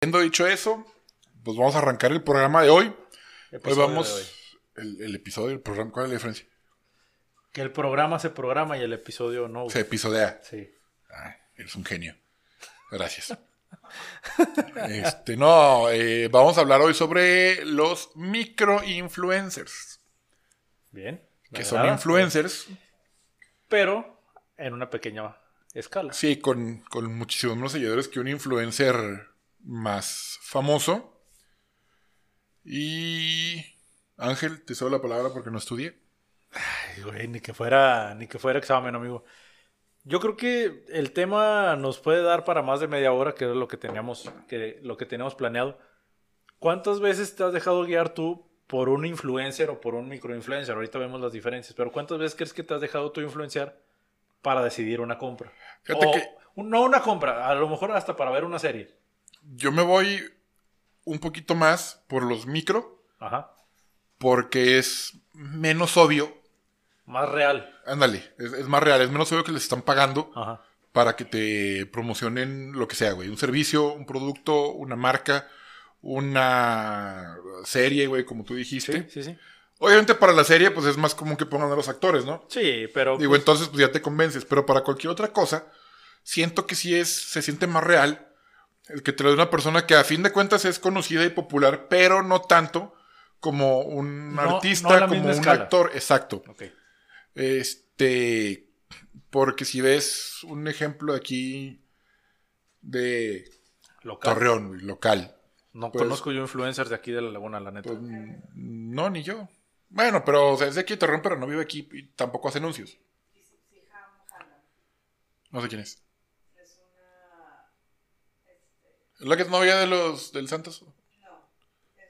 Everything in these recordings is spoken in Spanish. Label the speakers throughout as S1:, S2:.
S1: Habiendo dicho eso, pues vamos a arrancar el programa de hoy. Hoy
S2: Episodio
S1: vamos.
S2: de hoy.
S1: El, el episodio, el programa, ¿cuál es la diferencia?
S2: Que el programa se programa y el episodio no. güey.
S1: Se episodea.
S2: Sí.
S1: Ay, eres un genio. Gracias. Este, no, eh, vamos a hablar hoy sobre los microinfluencers.
S2: Bien. Me
S1: Que son
S2: agrada,
S1: influencers,
S2: Pero en una pequeña escala.
S1: sí, con, con muchísimos menos seguidores que un influencer más famoso. Y. Ángel, te cedo la palabra porque no estudié.
S2: Ay, güey, ni que fuera, ni que fuera examen, amigo. Yo creo que el tema nos puede dar para más de media hora, que era lo que teníamos, que, lo que teníamos planeado. ¿Cuántas veces te has dejado guiar tú por un influencer o por un microinfluencer? Ahorita vemos las diferencias, pero ¿cuántas veces crees que te has dejado tú influenciar para decidir una compra?
S1: Fíjate
S2: O
S1: que-
S2: un- No una compra, a lo mejor hasta para ver una serie.
S1: Yo me voy un poquito más por los micro,
S2: Ajá.
S1: porque es menos obvio.
S2: Más real.
S1: Ándale, es, es más real, es menos obvio que les están pagando
S2: Ajá.
S1: para que te promocionen lo que sea, güey. Un servicio, un producto, una marca, una serie, güey, como tú dijiste.
S2: Sí, sí, sí.
S1: Obviamente para la serie, pues es más común que pongan a los actores, ¿no?
S2: Sí, pero
S1: Digo, entonces pues ya te convences, pero para cualquier otra cosa, siento que sí es, se siente más real el que te lo dé una persona que a fin de cuentas es conocida y popular, pero no tanto como un
S2: No- no
S1: artista,
S2: a la
S1: como un
S2: misma escala.
S1: actor, exacto.
S2: pues, Ok.
S1: Este, porque si ves un ejemplo aquí de
S2: Local.
S1: Torreón, güey, local,
S2: No
S1: Pues-
S2: conozco yo influencers de aquí de la laguna, la neta.
S1: pues mm, no, ni yo. Bueno, pero o sea, es de aquí de Torreón, pero no vive aquí y tampoco hace anuncios. No sé quién es. ¿Es la que es novia de los del Santos?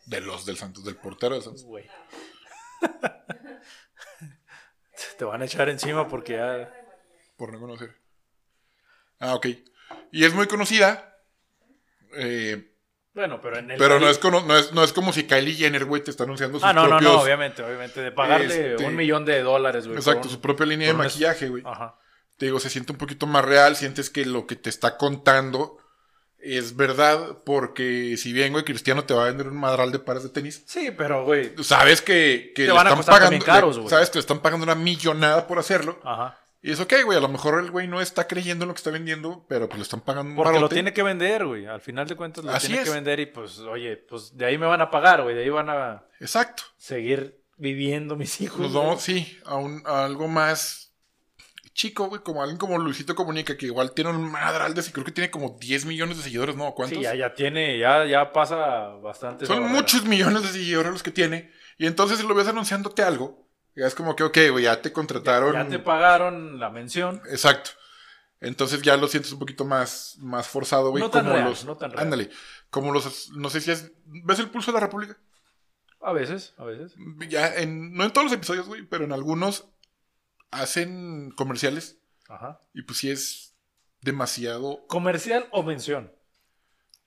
S1: De los del Santos, del portero del Santos.
S2: Güey. Te van a echar encima porque ya.
S1: Por no conocer. Ah, ok. Y es muy conocida. Eh,
S2: Bueno, pero en el.
S1: pero no
S2: país-
S1: es, cono- no, es, no es como si Kylie Jenner, güey, te está anunciando sus
S2: Ah, no, no,
S1: propios...
S2: no, obviamente, obviamente. De pagarle
S1: Este-
S2: un millón de dólares, güey.
S1: Exacto,
S2: por un-
S1: su propia línea de
S2: por un-
S1: maquillaje, güey.
S2: Ajá.
S1: Te digo, se siente un poquito más real, sientes que lo que te está contando es verdad, porque si bien, güey, Cristiano te va a vender un madral de pares de tenis,
S2: Sí, pero, güey.
S1: sabes que, que
S2: Te van a costar también caros,
S1: le-
S2: güey.
S1: sabes que le están pagando una millonada por hacerlo.
S2: Ajá.
S1: Y es ok, güey, a lo mejor el güey no está creyendo en lo que está vendiendo, pero pues lo están pagando un
S2: Porque lo
S1: barote.
S2: tiene que vender, güey. Al final de cuentas lo
S1: Así
S2: tiene
S1: es.
S2: que vender y pues, oye, pues de ahí me van a pagar, güey. De ahí van a
S1: Exacto.
S2: seguir viviendo mis hijos.
S1: Nos
S2: güey.
S1: vamos, sí, a, un, a algo más chico, güey, como alguien como Luisito Comunica, que igual tiene un madral de, creo que tiene como 10 millones de seguidores, ¿no? ¿Cuántos?
S2: Sí, ya, ya tiene, ya, ya pasa bastante. esa
S1: Son
S2: barrera.
S1: muchos millones de seguidores los que tiene. Y entonces si lo ves anunciándote algo, ya es como que, ok, güey, ya te contrataron.
S2: Ya te pagaron la mención.
S1: Exacto. Entonces ya lo sientes un poquito más, más forzado, güey.
S2: No tan
S1: como
S2: real,
S1: los,
S2: no tan real.
S1: Ándale. Como los, no sé si es, ¿ves el pulso de la República?
S2: A veces, a veces.
S1: Ya en, no en todos los episodios, güey, pero en algunos hacen comerciales
S2: Ajá.
S1: y pues sí es demasiado
S2: ¿Comercial o mención?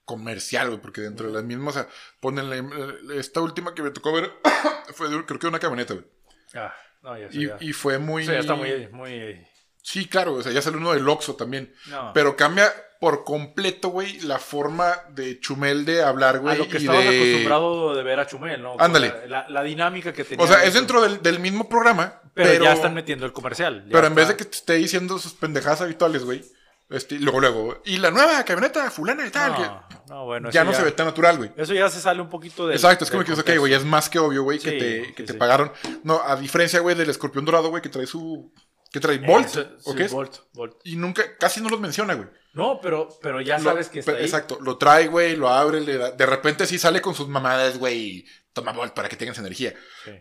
S1: comercial, güey, porque dentro de las mismas, o sea, ponen la- esta última que me tocó ver, fue de- creo que de una camioneta, güey.
S2: Ah, no, ya sé.
S1: Y,
S2: ya.
S1: y fue muy...
S2: Eso ya está muy. muy
S1: Sí, claro, o sea, ya sale uno del Oxxo también.
S2: no.
S1: Pero cambia por completo, güey, la forma de Chumel de hablar, güey.
S2: a lo que
S1: y
S2: estabas
S1: de-
S2: acostumbrado de ver a Chumel, ¿no?
S1: Ándale.
S2: Con La, la- la dinámica que tenía.
S1: O sea, es dentro del, del mismo programa,
S2: Pero,
S1: pero,
S2: ya están metiendo el comercial. ya
S1: pero en vez de
S2: está.
S1: que te esté diciendo sus pendejadas habituales, güey, este, y luego, luego, y la nueva camioneta fulana y tal, que
S2: No, no, bueno.
S1: ya
S2: eso
S1: no se ve tan natural, güey.
S2: Eso ya se sale un poquito de.
S1: Exacto, es como que, ok, güey, es más que obvio, güey, que
S2: Sí,
S1: te,
S2: sí,
S1: que te
S2: sí.
S1: pagaron. No, a diferencia, güey, del escorpión dorado, güey, que trae su... que trae Bolt, ¿o qué es?
S2: Volt, Volt.
S1: Y nunca, casi no los menciona, güey.
S2: No, pero, pero ya
S1: Lo-
S2: sabes que está
S1: pe-
S2: ahí.
S1: Exacto, lo trae, güey, lo abre, le da- de repente sí sale con sus mamadas, güey, y toma Volt para que tengas energía.
S2: Sí.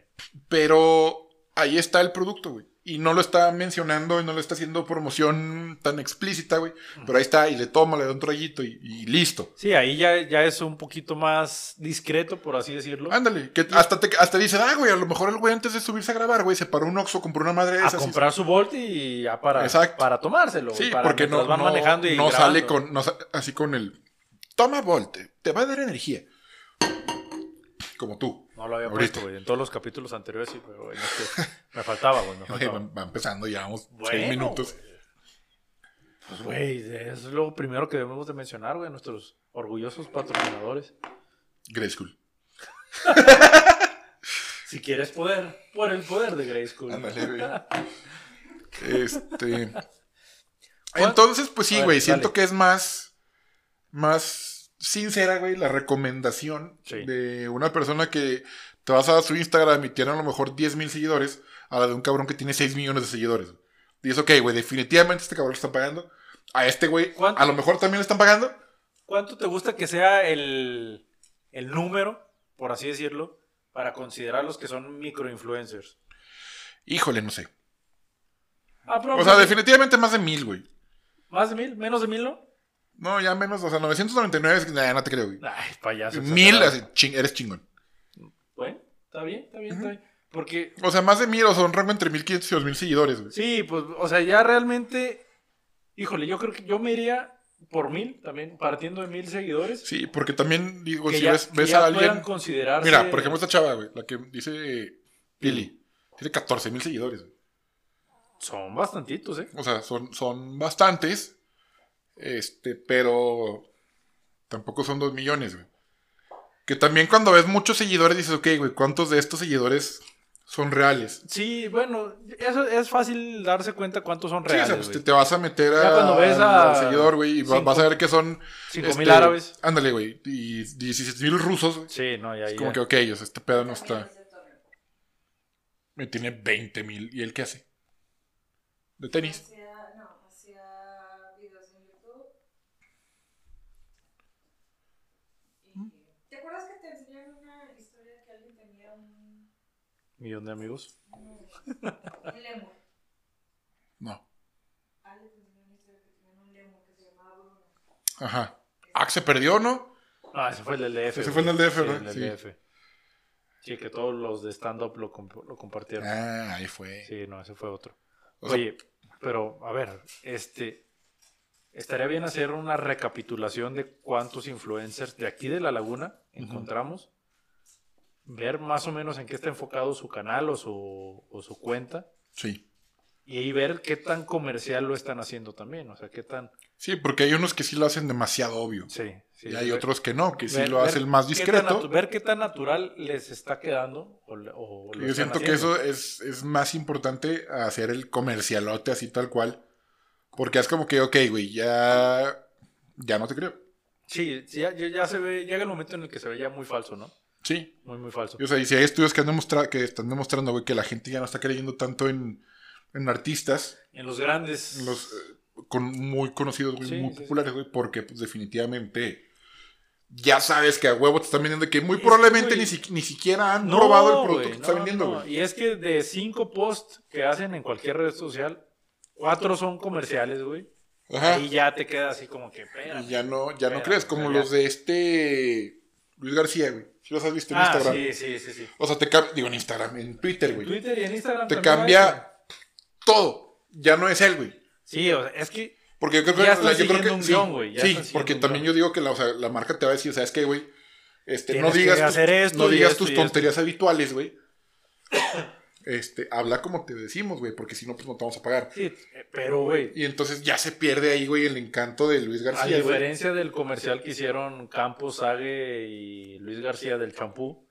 S1: Pero ahí está el producto, güey. Y no lo está mencionando y no le está haciendo promoción tan explícita, güey. Pero ahí está, y le toma, le da un trayito y, y listo.
S2: Sí, ahí ya, ya es un poquito más discreto, por así decirlo.
S1: Ándale, que hasta, te, hasta dices, ah, güey, a lo mejor el güey antes de subirse a grabar, güey, se paró un oxo, compró una madre de
S2: a
S1: esas. y-
S2: comprar su Volt y ya para,
S1: Exacto.
S2: para tomárselo.
S1: Sí,
S2: para
S1: porque no,
S2: mientras van
S1: no-
S2: manejando y
S1: no sale
S2: grabando.
S1: con, no sa- así con el, toma Volt, te va a dar energía. Como tú.
S2: No lo había
S1: Ahorita.
S2: puesto, güey. En todos los capítulos anteriores sí, pero en este me faltaba, güey. Me
S1: Oye,
S2: faltaba.
S1: va, va empezando, llevamos
S2: Bueno,
S1: seis minutos.
S2: güey. Pues, güey, es lo primero que debemos de mencionar, güey, nuestros orgullosos patrocinadores.
S1: Grade School.
S2: Si quieres poder, por el poder de Grey School.
S1: Ándale, güey. Este. Entonces, pues sí,
S2: A ver,
S1: güey. Siento
S2: dale.
S1: que es más. Más sincera, güey, la recomendación
S2: Sí.
S1: de una persona que te vas a su Instagram y tiene a lo mejor 10 mil seguidores a la de un cabrón que tiene 6 millones de seguidores. Y es ok, güey, definitivamente este cabrón lo están pagando. A este güey,
S2: ¿Cuánto?
S1: a lo mejor también le están pagando.
S2: ¿Cuánto te gusta que sea el, el número, por así decirlo, para considerar los que son microinfluencers?
S1: Híjole, no sé.
S2: Ah, pero
S1: O sea, definitivamente más de mil, güey.
S2: ¿Más de mil? ¿Menos de mil, no?
S1: No, ya menos, o sea, 999 es... nah, no te creo, güey.
S2: Ay, payaso.
S1: Mil,
S2: exagerado.
S1: así, ching- eres chingón.
S2: Bueno, está bien, está bien, está bien. Porque,
S1: O sea, más de mil, o sea, un rango entre 1500 y 2000 seguidores, güey.
S2: sí, pues, o sea, ya realmente, híjole, yo creo que yo me iría por mil también, partiendo de mil seguidores.
S1: Sí, porque también, digo,
S2: que
S1: si
S2: ya,
S1: ves,
S2: que
S1: ves
S2: ya
S1: a
S2: puedan
S1: alguien.
S2: considerarse...
S1: Mira, por ejemplo, esta chava, güey, la que dice Pili, tiene 14 mil seguidores. güey.
S2: Son bastantitos, ¿eh?
S1: O sea, son, son bastantes, este, pero tampoco son 2 millones, güey. Que también cuando ves muchos seguidores dices, ok, güey, ¿cuántos de estos seguidores son reales?
S2: Sí, bueno, eso es fácil darse cuenta cuántos son
S1: Sí, o sea,
S2: reales,
S1: pues, te,
S2: güey.
S1: te vas a meter
S2: Ya cuando
S1: a,
S2: ves a
S1: al seguidor, güey, y va-
S2: cinco-
S1: vas a ver que son...
S2: Cinco mil
S1: este,
S2: árabes.
S1: Ándale, güey, y 16 mil rusos, güey.
S2: Sí, no, ya,
S1: Es
S2: ya.
S1: como que, ok, o sea, este pedo no está. Me tiene 20 mil. ¿Y él qué hace? De tenis.
S3: Hacía, no, hacía videos en YouTube. Y- ¿Te acuerdas que te enseñaron una historia que alguien tenía un,
S2: Millón de amigos.
S3: un lemur?
S1: No.
S3: Alguien te enseñó una historia que tenía un lemur que se llamaba Bruno.
S1: Ajá. Ax se perdió, ¿no?
S2: Ah, ese fue el del DF.
S1: Ese fue el del DF,
S2: güey. Sí,
S1: ¿verdad?
S2: el
S1: Sí.
S2: del DF. Sí, que todos los de stand-up lo, comp- lo compartieron.
S1: Ah, ahí fue.
S2: Sí, no, ese fue otro.
S1: O sea-
S2: Oye, pero a ver, este. Estaría bien hacer una recapitulación de cuántos influencers de aquí de la laguna encontramos. Ver más o menos en qué está enfocado su canal o su, o su cuenta.
S1: Sí.
S2: Y ahí ver qué tan comercial lo están haciendo también. O sea, qué tan.
S1: Sí, porque hay unos que sí lo hacen demasiado obvio.
S2: Sí, sí.
S1: y hay
S2: ver-
S1: otros que no, que sí
S2: ver-
S1: lo
S2: ver
S1: hacen más
S2: qué tan natu-
S1: discreto.
S2: ver qué tan natural les está quedando. o le- o lo
S1: Yo
S2: están
S1: siento que
S2: haciendo.
S1: eso es, es más importante a hacer el comercialote así tal cual. Porque es como que, ok, güey, ya. Ya no te creo.
S2: Sí, sí, ya, ya se ve. Llega el momento en el que se ve ya muy falso, ¿no?
S1: Sí,
S2: Muy, muy falso.
S1: Y, O sea, y si hay estudios que, han demostra- que están demostrando, güey, que la gente ya no está creyendo tanto en, en artistas,
S2: En los grandes.
S1: en los eh, con, muy conocidos, güey,
S2: Sí,
S1: muy
S2: sí, sí.
S1: populares, güey, porque pues, definitivamente ya sabes que a huevo te están vendiendo que muy probablemente
S2: güey,
S1: ni, si- ni siquiera han
S2: No,
S1: probado el producto
S2: güey,
S1: que te está
S2: no,
S1: vendiendo,
S2: no.
S1: güey.
S2: Y es que de cinco posts que hacen en cualquier red social, cuatro son comerciales, güey.
S1: Ajá.
S2: Y ya te queda así como que, espera.
S1: Y ya no, ya no
S2: Espera,
S1: crees, como
S2: o sea,
S1: los de este Luis García, güey. Si los has visto en
S2: Ah,
S1: este Instagram.
S2: sí, sí, sí, sí.
S1: O sea, te cambia, digo en Instagram, en Twitter,
S2: En
S1: güey.
S2: Twitter y en Instagram.
S1: Te
S2: también hay,
S1: cambia todo. Ya no es él, güey.
S2: güey. Sí, o sea, es que.
S1: Porque yo creo que,
S2: Ya están
S1: la- yo creo
S2: siguiendo
S1: que-
S2: un
S1: sí,
S2: guión, güey, ya
S1: sí,
S2: están siguiendo
S1: porque
S2: un
S1: también
S2: guión.
S1: yo digo que la, o sea, la marca te va a decir, ¿sabes qué, güey? Este, no
S2: Tienes que
S1: digas,
S2: hacer esto
S1: no
S2: y
S1: digas
S2: esto
S1: tus
S2: y
S1: tonterías habituales, güey. Este, habla como te decimos, güey, porque si no, pues no te vamos a pagar.
S2: Sí, eh, pero, güey.
S1: Y entonces ya se pierde ahí, güey, el encanto de Luis
S2: A
S1: García, güey.
S2: diferencia del comercial que hicieron Campos, Sague y Luis García del champú.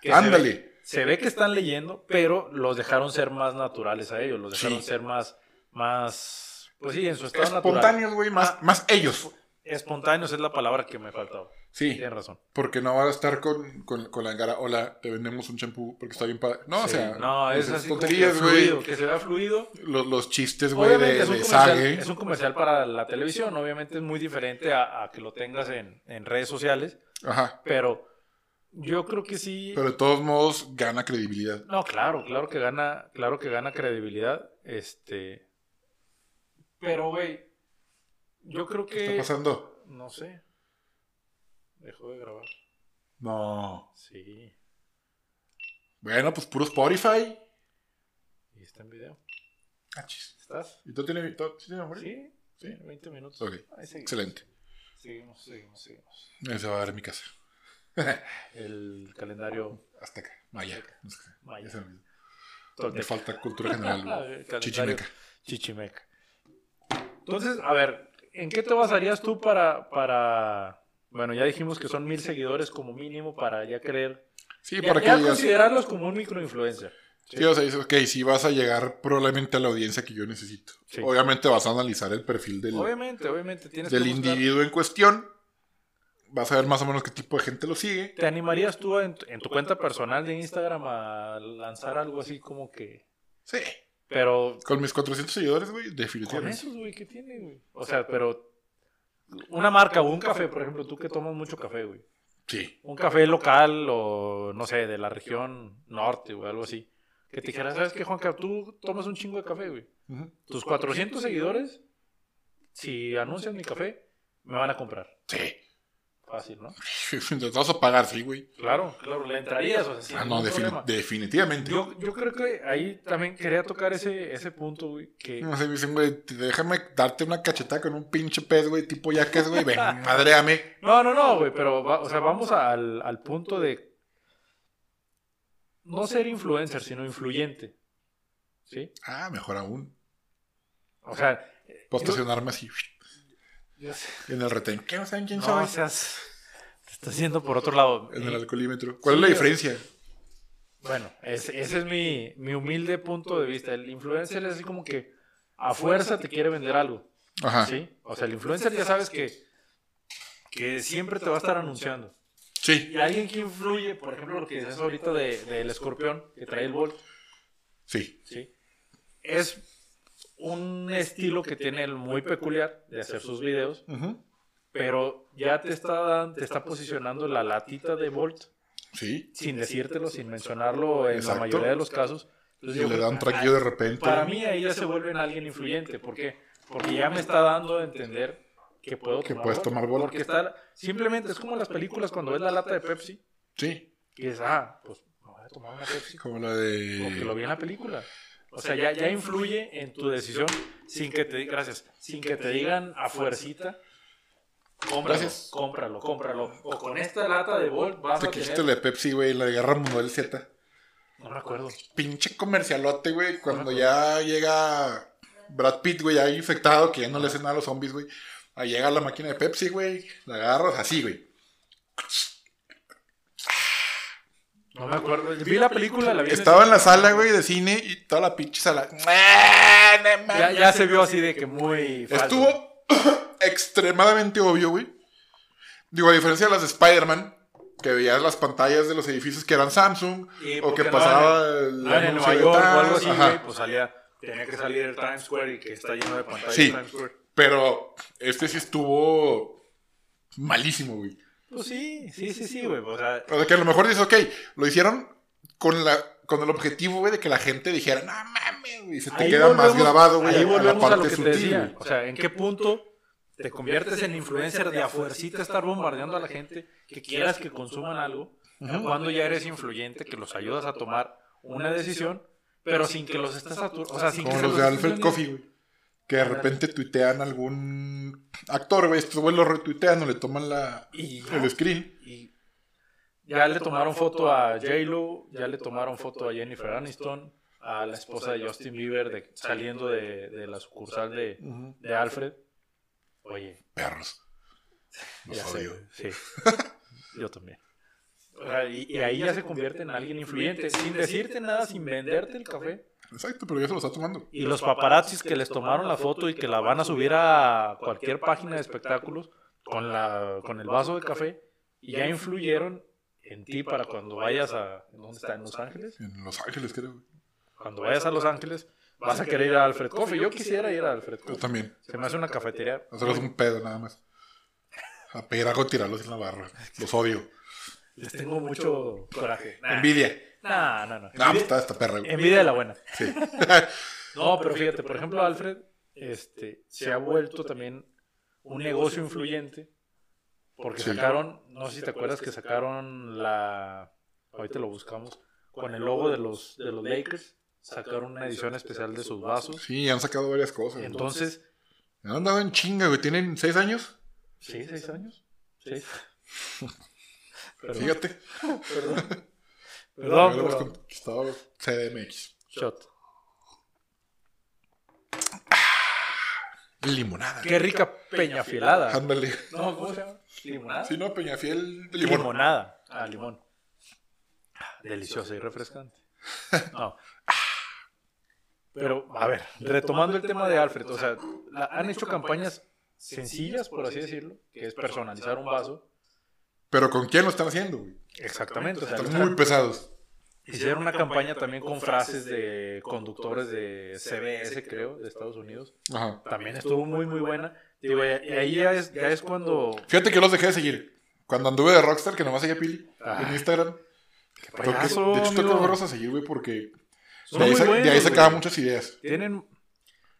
S2: que se ve-
S1: Ándale.
S2: Se ve que están leyendo, pero los dejaron ser más naturales a ellos, los dejaron
S1: Sí.
S2: ser más, más, pues sí, en su estado natural.
S1: Espontáneos, güey, más,
S2: Ah.
S1: más ellos.
S2: Espontáneos es la palabra que me faltaba.
S1: Sí,
S2: Tienes razón.
S1: porque no van a estar con, con, con la cara, hola, te vendemos un champú porque está bien padre. No, o
S2: Sí,
S1: sea,
S2: no, es
S1: esas
S2: así como que
S1: tonterías, güey.
S2: fluido, que se vea fluido.
S1: Los, los chistes, güey,
S2: Obviamente
S1: de,
S2: es, un
S1: de
S2: comercial,
S1: Sage.
S2: es un comercial para la televisión, obviamente es muy diferente a, a que lo tengas en, en redes sociales,
S1: Ajá.
S2: pero yo creo que sí.
S1: Pero de todos modos, gana credibilidad.
S2: No, claro, claro que gana, claro que gana credibilidad, este. Pero, güey, yo creo que.
S1: ¿Qué está pasando?
S2: No sé. Dejó de grabar.
S1: No.
S2: Sí.
S1: Bueno, pues puro Spotify.
S2: Y está en video.
S1: Ah, chis.
S2: ¿Estás?
S1: ¿Y tú tienes todo, sí tiene memoria?
S2: Sí.
S1: Sí.
S2: 20 minutos.
S1: Ok,
S2: Ahí seguimos.
S1: excelente.
S2: Seguimos, seguimos, seguimos.
S1: Se va a ver mi casa.
S2: El calendario
S1: Hasta acá. Maya. No sé qué.
S2: maya.
S1: Ya se me olvidó. Me
S2: Tolteca.
S1: falta cultura general. güey.
S2: El Ah, calendario
S1: Chichimeca.
S2: Chichimeca. Entonces, a ver, ¿en qué te basarías tú para, para... Bueno, ya dijimos que son mil seguidores como mínimo para ya creer...
S1: Sí,
S2: ya,
S1: para
S2: ya
S1: que digas.
S2: considerarlos como un microinfluencer.
S1: Sí, o sea, dices, ok, sí vas a llegar probablemente a la audiencia que yo necesito.
S2: Sí.
S1: Obviamente vas a analizar el perfil del,
S2: Obviamente, obviamente. Tienes
S1: del
S2: que buscar-
S1: individuo en cuestión. Vas a ver más o menos qué tipo de gente lo sigue.
S2: ¿Te animarías tú en, en tu cuenta personal de Instagram a lanzar algo así como que...
S1: Sí.
S2: Pero
S1: Con mis 400 seguidores, güey,
S2: con
S1: definitivamente.
S2: esos, güey, ¿qué tiene, güey? O sea, pero... Una marca o un café, por ejemplo, tú que tomas mucho café, güey.
S1: Sí.
S2: un café local o no sé, de la región norte o algo así. Que te dijera, ¿sabes qué, Juanca? Tú tomas un chingo de café, güey.
S1: Ujú.
S2: Tus 400 seguidores, si anuncian mi café, me van a comprar.
S1: Sí.
S2: Fácil, ¿no?
S1: Te vas a pagar, sí, güey.
S2: Claro, claro, le entrarías, o sea, sin
S1: Ah, no,
S2: ningún
S1: defini-
S2: problema.
S1: definitivamente.
S2: Yo, yo creo que ahí también quería tocar ese, ese punto, güey, que...
S1: No sé, me dicen, güey, te- déjame darte una cachetada con un pinche pez, güey, tipo yaques, güey. Ven, madreame.
S2: No, no, no, güey, pero, va- o sea, vamos al, al punto de... No ser influencer, sino influyente. ¿Sí?
S1: Ah, mejor aún.
S2: O sea...
S1: Puedo
S2: yo-
S1: estacionarme así
S2: yo sé-
S1: en el retén. ¿Qué no saben quién
S2: No,
S1: soy?
S2: o sea, es- te estás yendo por otro lado.
S1: En el
S2: Eh,
S1: alcoholímetro. ¿Cuál
S2: sí,
S1: es la
S2: o-
S1: diferencia?
S2: Bueno, es- ese es mi, mi humilde punto de vista. El influencer es así como que a fuerza te quiere vender algo,
S1: Ajá. Sí.
S2: ¿sí? O sea, el influencer ya sabes que, que siempre te va a estar anunciando.
S1: Sí.
S2: Y alguien que influye, por ejemplo, lo que dices ahorita de- del escorpión que trae el bol, ¿sí? Es un estilo que tiene el muy peculiar de hacer sus videos,
S1: Ujú.
S2: pero ya te está, te está posicionando la latita de Bolt
S1: Sí.
S2: sin decírtelo, sin mencionarlo en
S1: Exacto.
S2: la mayoría de los casos.
S1: Y
S2: Entonces, yo
S1: le
S2: creo
S1: dan
S2: que
S1: tranquilo de repente.
S2: Para mí ahí ya se vuelven alguien influyente. ¿Por qué? Porque ya me está dando a entender que puedo
S1: Que puedes tomar bola.
S2: Porque está, simplemente es como en las películas cuando ves la lata de Pepsi
S1: Sí.
S2: y dices, ah, pues me voy a tomar una Pepsi
S1: Como la
S2: porque lo
S1: de.
S2: vi en la película. O sea, ya, ya influye en tu decisión sin que te di- gracias, sin que te digan a fuercita. Cómpralo,
S1: Gracias.
S2: cómpralo, cómpralo. O con esta lata de Bolt vas
S1: Te
S2: a
S1: quisiste
S2: tener...
S1: la este de Pepsi, güey, la de Guerra Mundial Z.
S2: No me acuerdo.
S1: Pinche comercialote, güey, cuando ya llega Brad Pitt, güey, ya infectado, que ya no le hace nada a los zombies, güey. Ahí llega la máquina de Pepsi, güey, la agarras así, güey.
S2: No me acuerdo. Vi la película, la vi. en el
S1: Estaba en la
S2: cine.
S1: sala, güey, de cine y toda la pinche sala. ¡Ah, no mames!
S2: Ya, ya se vio así de que muy. falso.
S1: Estuvo extremadamente obvio, güey. Digo, a diferencia de las de Spider-man, que veías las pantallas de los edificios que eran Samsung,
S2: Y
S1: o
S2: porque
S1: que
S2: no,
S1: pasaba
S2: en-
S1: el
S2: no, en
S1: anuncio
S2: Nueva
S1: de
S2: York o
S1: tal,
S2: algo así,
S1: ajá.
S2: güey, pues salía. Tenía que salir el Times Square y que está lleno de pantallas
S1: Sí.
S2: de Times Square.
S1: Pero este sí estuvo malísimo, güey.
S2: Pues sí, sí, sí, sí, güey. O sea,
S1: O sea, que a lo mejor dices, ok, lo hicieron con la con el objetivo, güey, de que la gente dijera, no mames, güey, y se te
S2: ahí
S1: queda más
S2: volvemos-
S1: grabado, güey,
S2: Ahí
S1: a la
S2: volvemos a, lo
S1: parte
S2: que te
S1: sutil,
S2: decía.
S1: güey.
S2: O sea, ¿en qué punto te conviertes en influencer de a fuercita estar bombardeando a la gente que quieras que consuman algo? a
S1: Ujú.
S2: Cuando ya eres influyente, que los ayudas a tomar una decisión, pero sin que los estés saturando. O sea, sin que
S1: Como
S2: se
S1: los de
S2: estés
S1: Alfred
S2: vendiendo.
S1: Coffee, güey. Que de repente tuitean algún actor, güey. Estos güey lo retuitean o le toman la,
S2: Y ya.
S1: el screen.
S2: Y ya le tomaron foto a J-Lo, ya le tomaron foto a Jennifer Aniston, a la esposa de Justin Bieber de- saliendo de, de la sucursal de, de Alfred. Oye,
S1: Perros. Los
S2: ya sé,
S1: odio.
S2: güey, sí. Yo también. O sea, y, y ahí ya se convierte en alguien influyente, sin decirte nada, sin venderte el café.
S1: Exacto, pero ya se lo está tomando.
S2: Y los paparazzis que les tomaron la foto y que la van a subir a cualquier página de espectáculos con, la, con el vaso de café, y ya influyeron en ti para cuando vayas a... ¿Dónde está? ¿En Los Ángeles?
S1: En Los Ángeles, creo, güey.
S2: Cuando vayas a Los Ángeles, vas a querer ir a Alfred Coffee. Yo quisiera ir a Alfred
S1: Yo
S2: Coffee.
S1: también.
S2: Se me hace una cafetería.
S1: Hacerles un pedo nada más. A pedir algo, tirarlos en la barra. Los odio.
S2: Les tengo mucho coraje. Nah,
S1: Envidia.
S2: nah, no, no.
S1: No, pues está esta perra, güey.
S2: Envidia de la buena.
S1: Sí.
S2: No, pero fíjate, por ejemplo, Alfred este, se ha vuelto también un negocio influyente porque
S1: Sí.
S2: sacaron, no sé si te acuerdas que sacaron la, ahorita lo buscamos, con el logo de los, de los Lakers, sacaron una edición especial de sus vasos.
S1: Sí, han sacado varias cosas. güey.
S2: Em- Entonces,
S1: Han andado en chinga, güey. ¿Tienen seis años?
S2: ¿sí? ¿Seis años? Seis. Perdón,
S1: Fíjate.
S2: perdón.
S1: No,
S2: Perdón,
S1: hemos
S2: pero-
S1: conquistado CDMX.
S2: Shot.
S1: Limonada.
S2: Qué rica peña afilada.
S1: Ándale.
S2: No, ¿cómo se llama? Limonada.
S1: Si no, Peñafiel de limón.
S2: Limonada. Ah, limón. Deliciosa y refrescante. No. Pero, a ver, retomando el tema de Alfred, o sea, la- han hecho campañas sencillas, por así decirlo, que es personalizar un vaso.
S1: Pero ¿con quién lo están haciendo? güey?
S2: Exactamente. O sea,
S1: Están
S2: están-
S1: muy pesados.
S2: hicieron una campaña también con frases de conductores de CBS, creo, de Estados Unidos.
S1: Ajá.
S2: También estuvo muy, muy buena. Digo, y y ahí ya es, ya es cuando...
S1: Fíjate que yo los dejé de seguir. Cuando anduve de Rockstar, que nomás seguía a Pili
S2: Ah.
S1: en Instagram.
S2: ¡Qué
S1: Porque-
S2: payaso,
S1: de hecho, tengo
S2: amigo!
S1: que volverlos a seguir, güey, porque
S2: Son
S1: de ahí,
S2: muy
S1: sa- de ahí
S2: buenos,
S1: sacaba
S2: güey.
S1: muchas ideas.
S2: Tienen...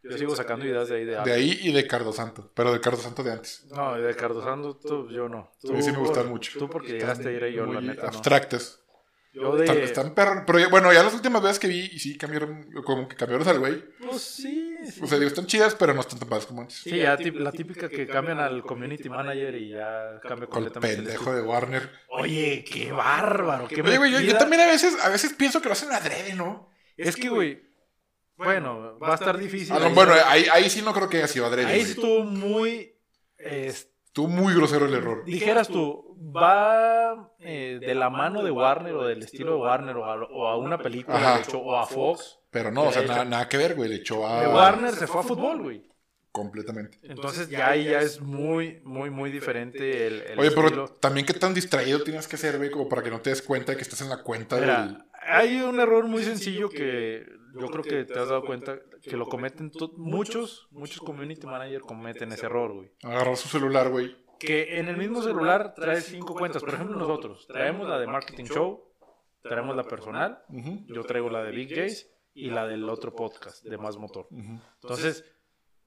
S2: Yo sigo sacando ideas de ahí de...
S1: De ahí y de Cardo Santo. Pero de Cardo Santo de antes.
S2: No, de Cardo Santo, tú, yo no. Tú,
S1: A mí sí me
S2: por-
S1: gustan mucho.
S2: Tú porque llegaste a ir ahí, yo la
S1: Muy
S2: neta no.
S1: abstractas.
S2: Yo de...
S1: Están, están perro- Pero ya- bueno, ya las últimas veces que vi, y sí cambiaron, como que cambiaron al güey.
S2: Pues sí, sí.
S1: O sea, digo, están chidas, pero no están tan padres como antes.
S2: Sí, ya tip- la típica que cambian al community manager y ya cambia
S1: Con el
S2: completamente. el
S1: pendejo de Warner.
S2: estilo. Oye, qué bárbaro, qué
S1: Oye, güey, yo, yo
S2: metida.
S1: también a veces, a veces pienso que lo hacen adrede, ¿no?
S2: Es que, güey, bueno, va a estar difícil.
S1: Ah, no,
S2: ahí-
S1: bueno, ahí, ahí sí no creo que haya sido adrede.
S2: ahí
S1: güey.
S2: estuvo muy... es-
S1: Estuvo muy grosero el error.
S2: dijeras tú, va eh, de la mano de Warner o del estilo de Warner o a, o a una película
S1: Ajá.
S2: de hecho, o a Fox.
S1: Pero no, o sea,
S2: De hecho.
S1: nada, nada que ver, güey. Le echó
S2: de
S1: a.
S2: Warner se fue a fútbol, güey.
S1: Completamente.
S2: Entonces ya ahí ya es muy, muy, muy diferente el, el
S1: Oye, pero
S2: estilo.
S1: también qué tan distraído tienes que ser, güey, como para que no te des cuenta de que estás en la cuenta del.
S2: Mira, hay un error muy sencillo que yo creo que te has dado cuenta que lo cometen to- muchos, muchos community managers cometen ese error, güey.
S1: Agarrar su celular, güey.
S2: Que en el mismo celular traes cinco cuentas. Por ejemplo, nosotros traemos la de Marketing Show, traemos la personal,
S1: Ujú,
S2: yo traigo la de Big Jays y la del otro podcast de Más Motor.
S1: ujú.
S2: Entonces,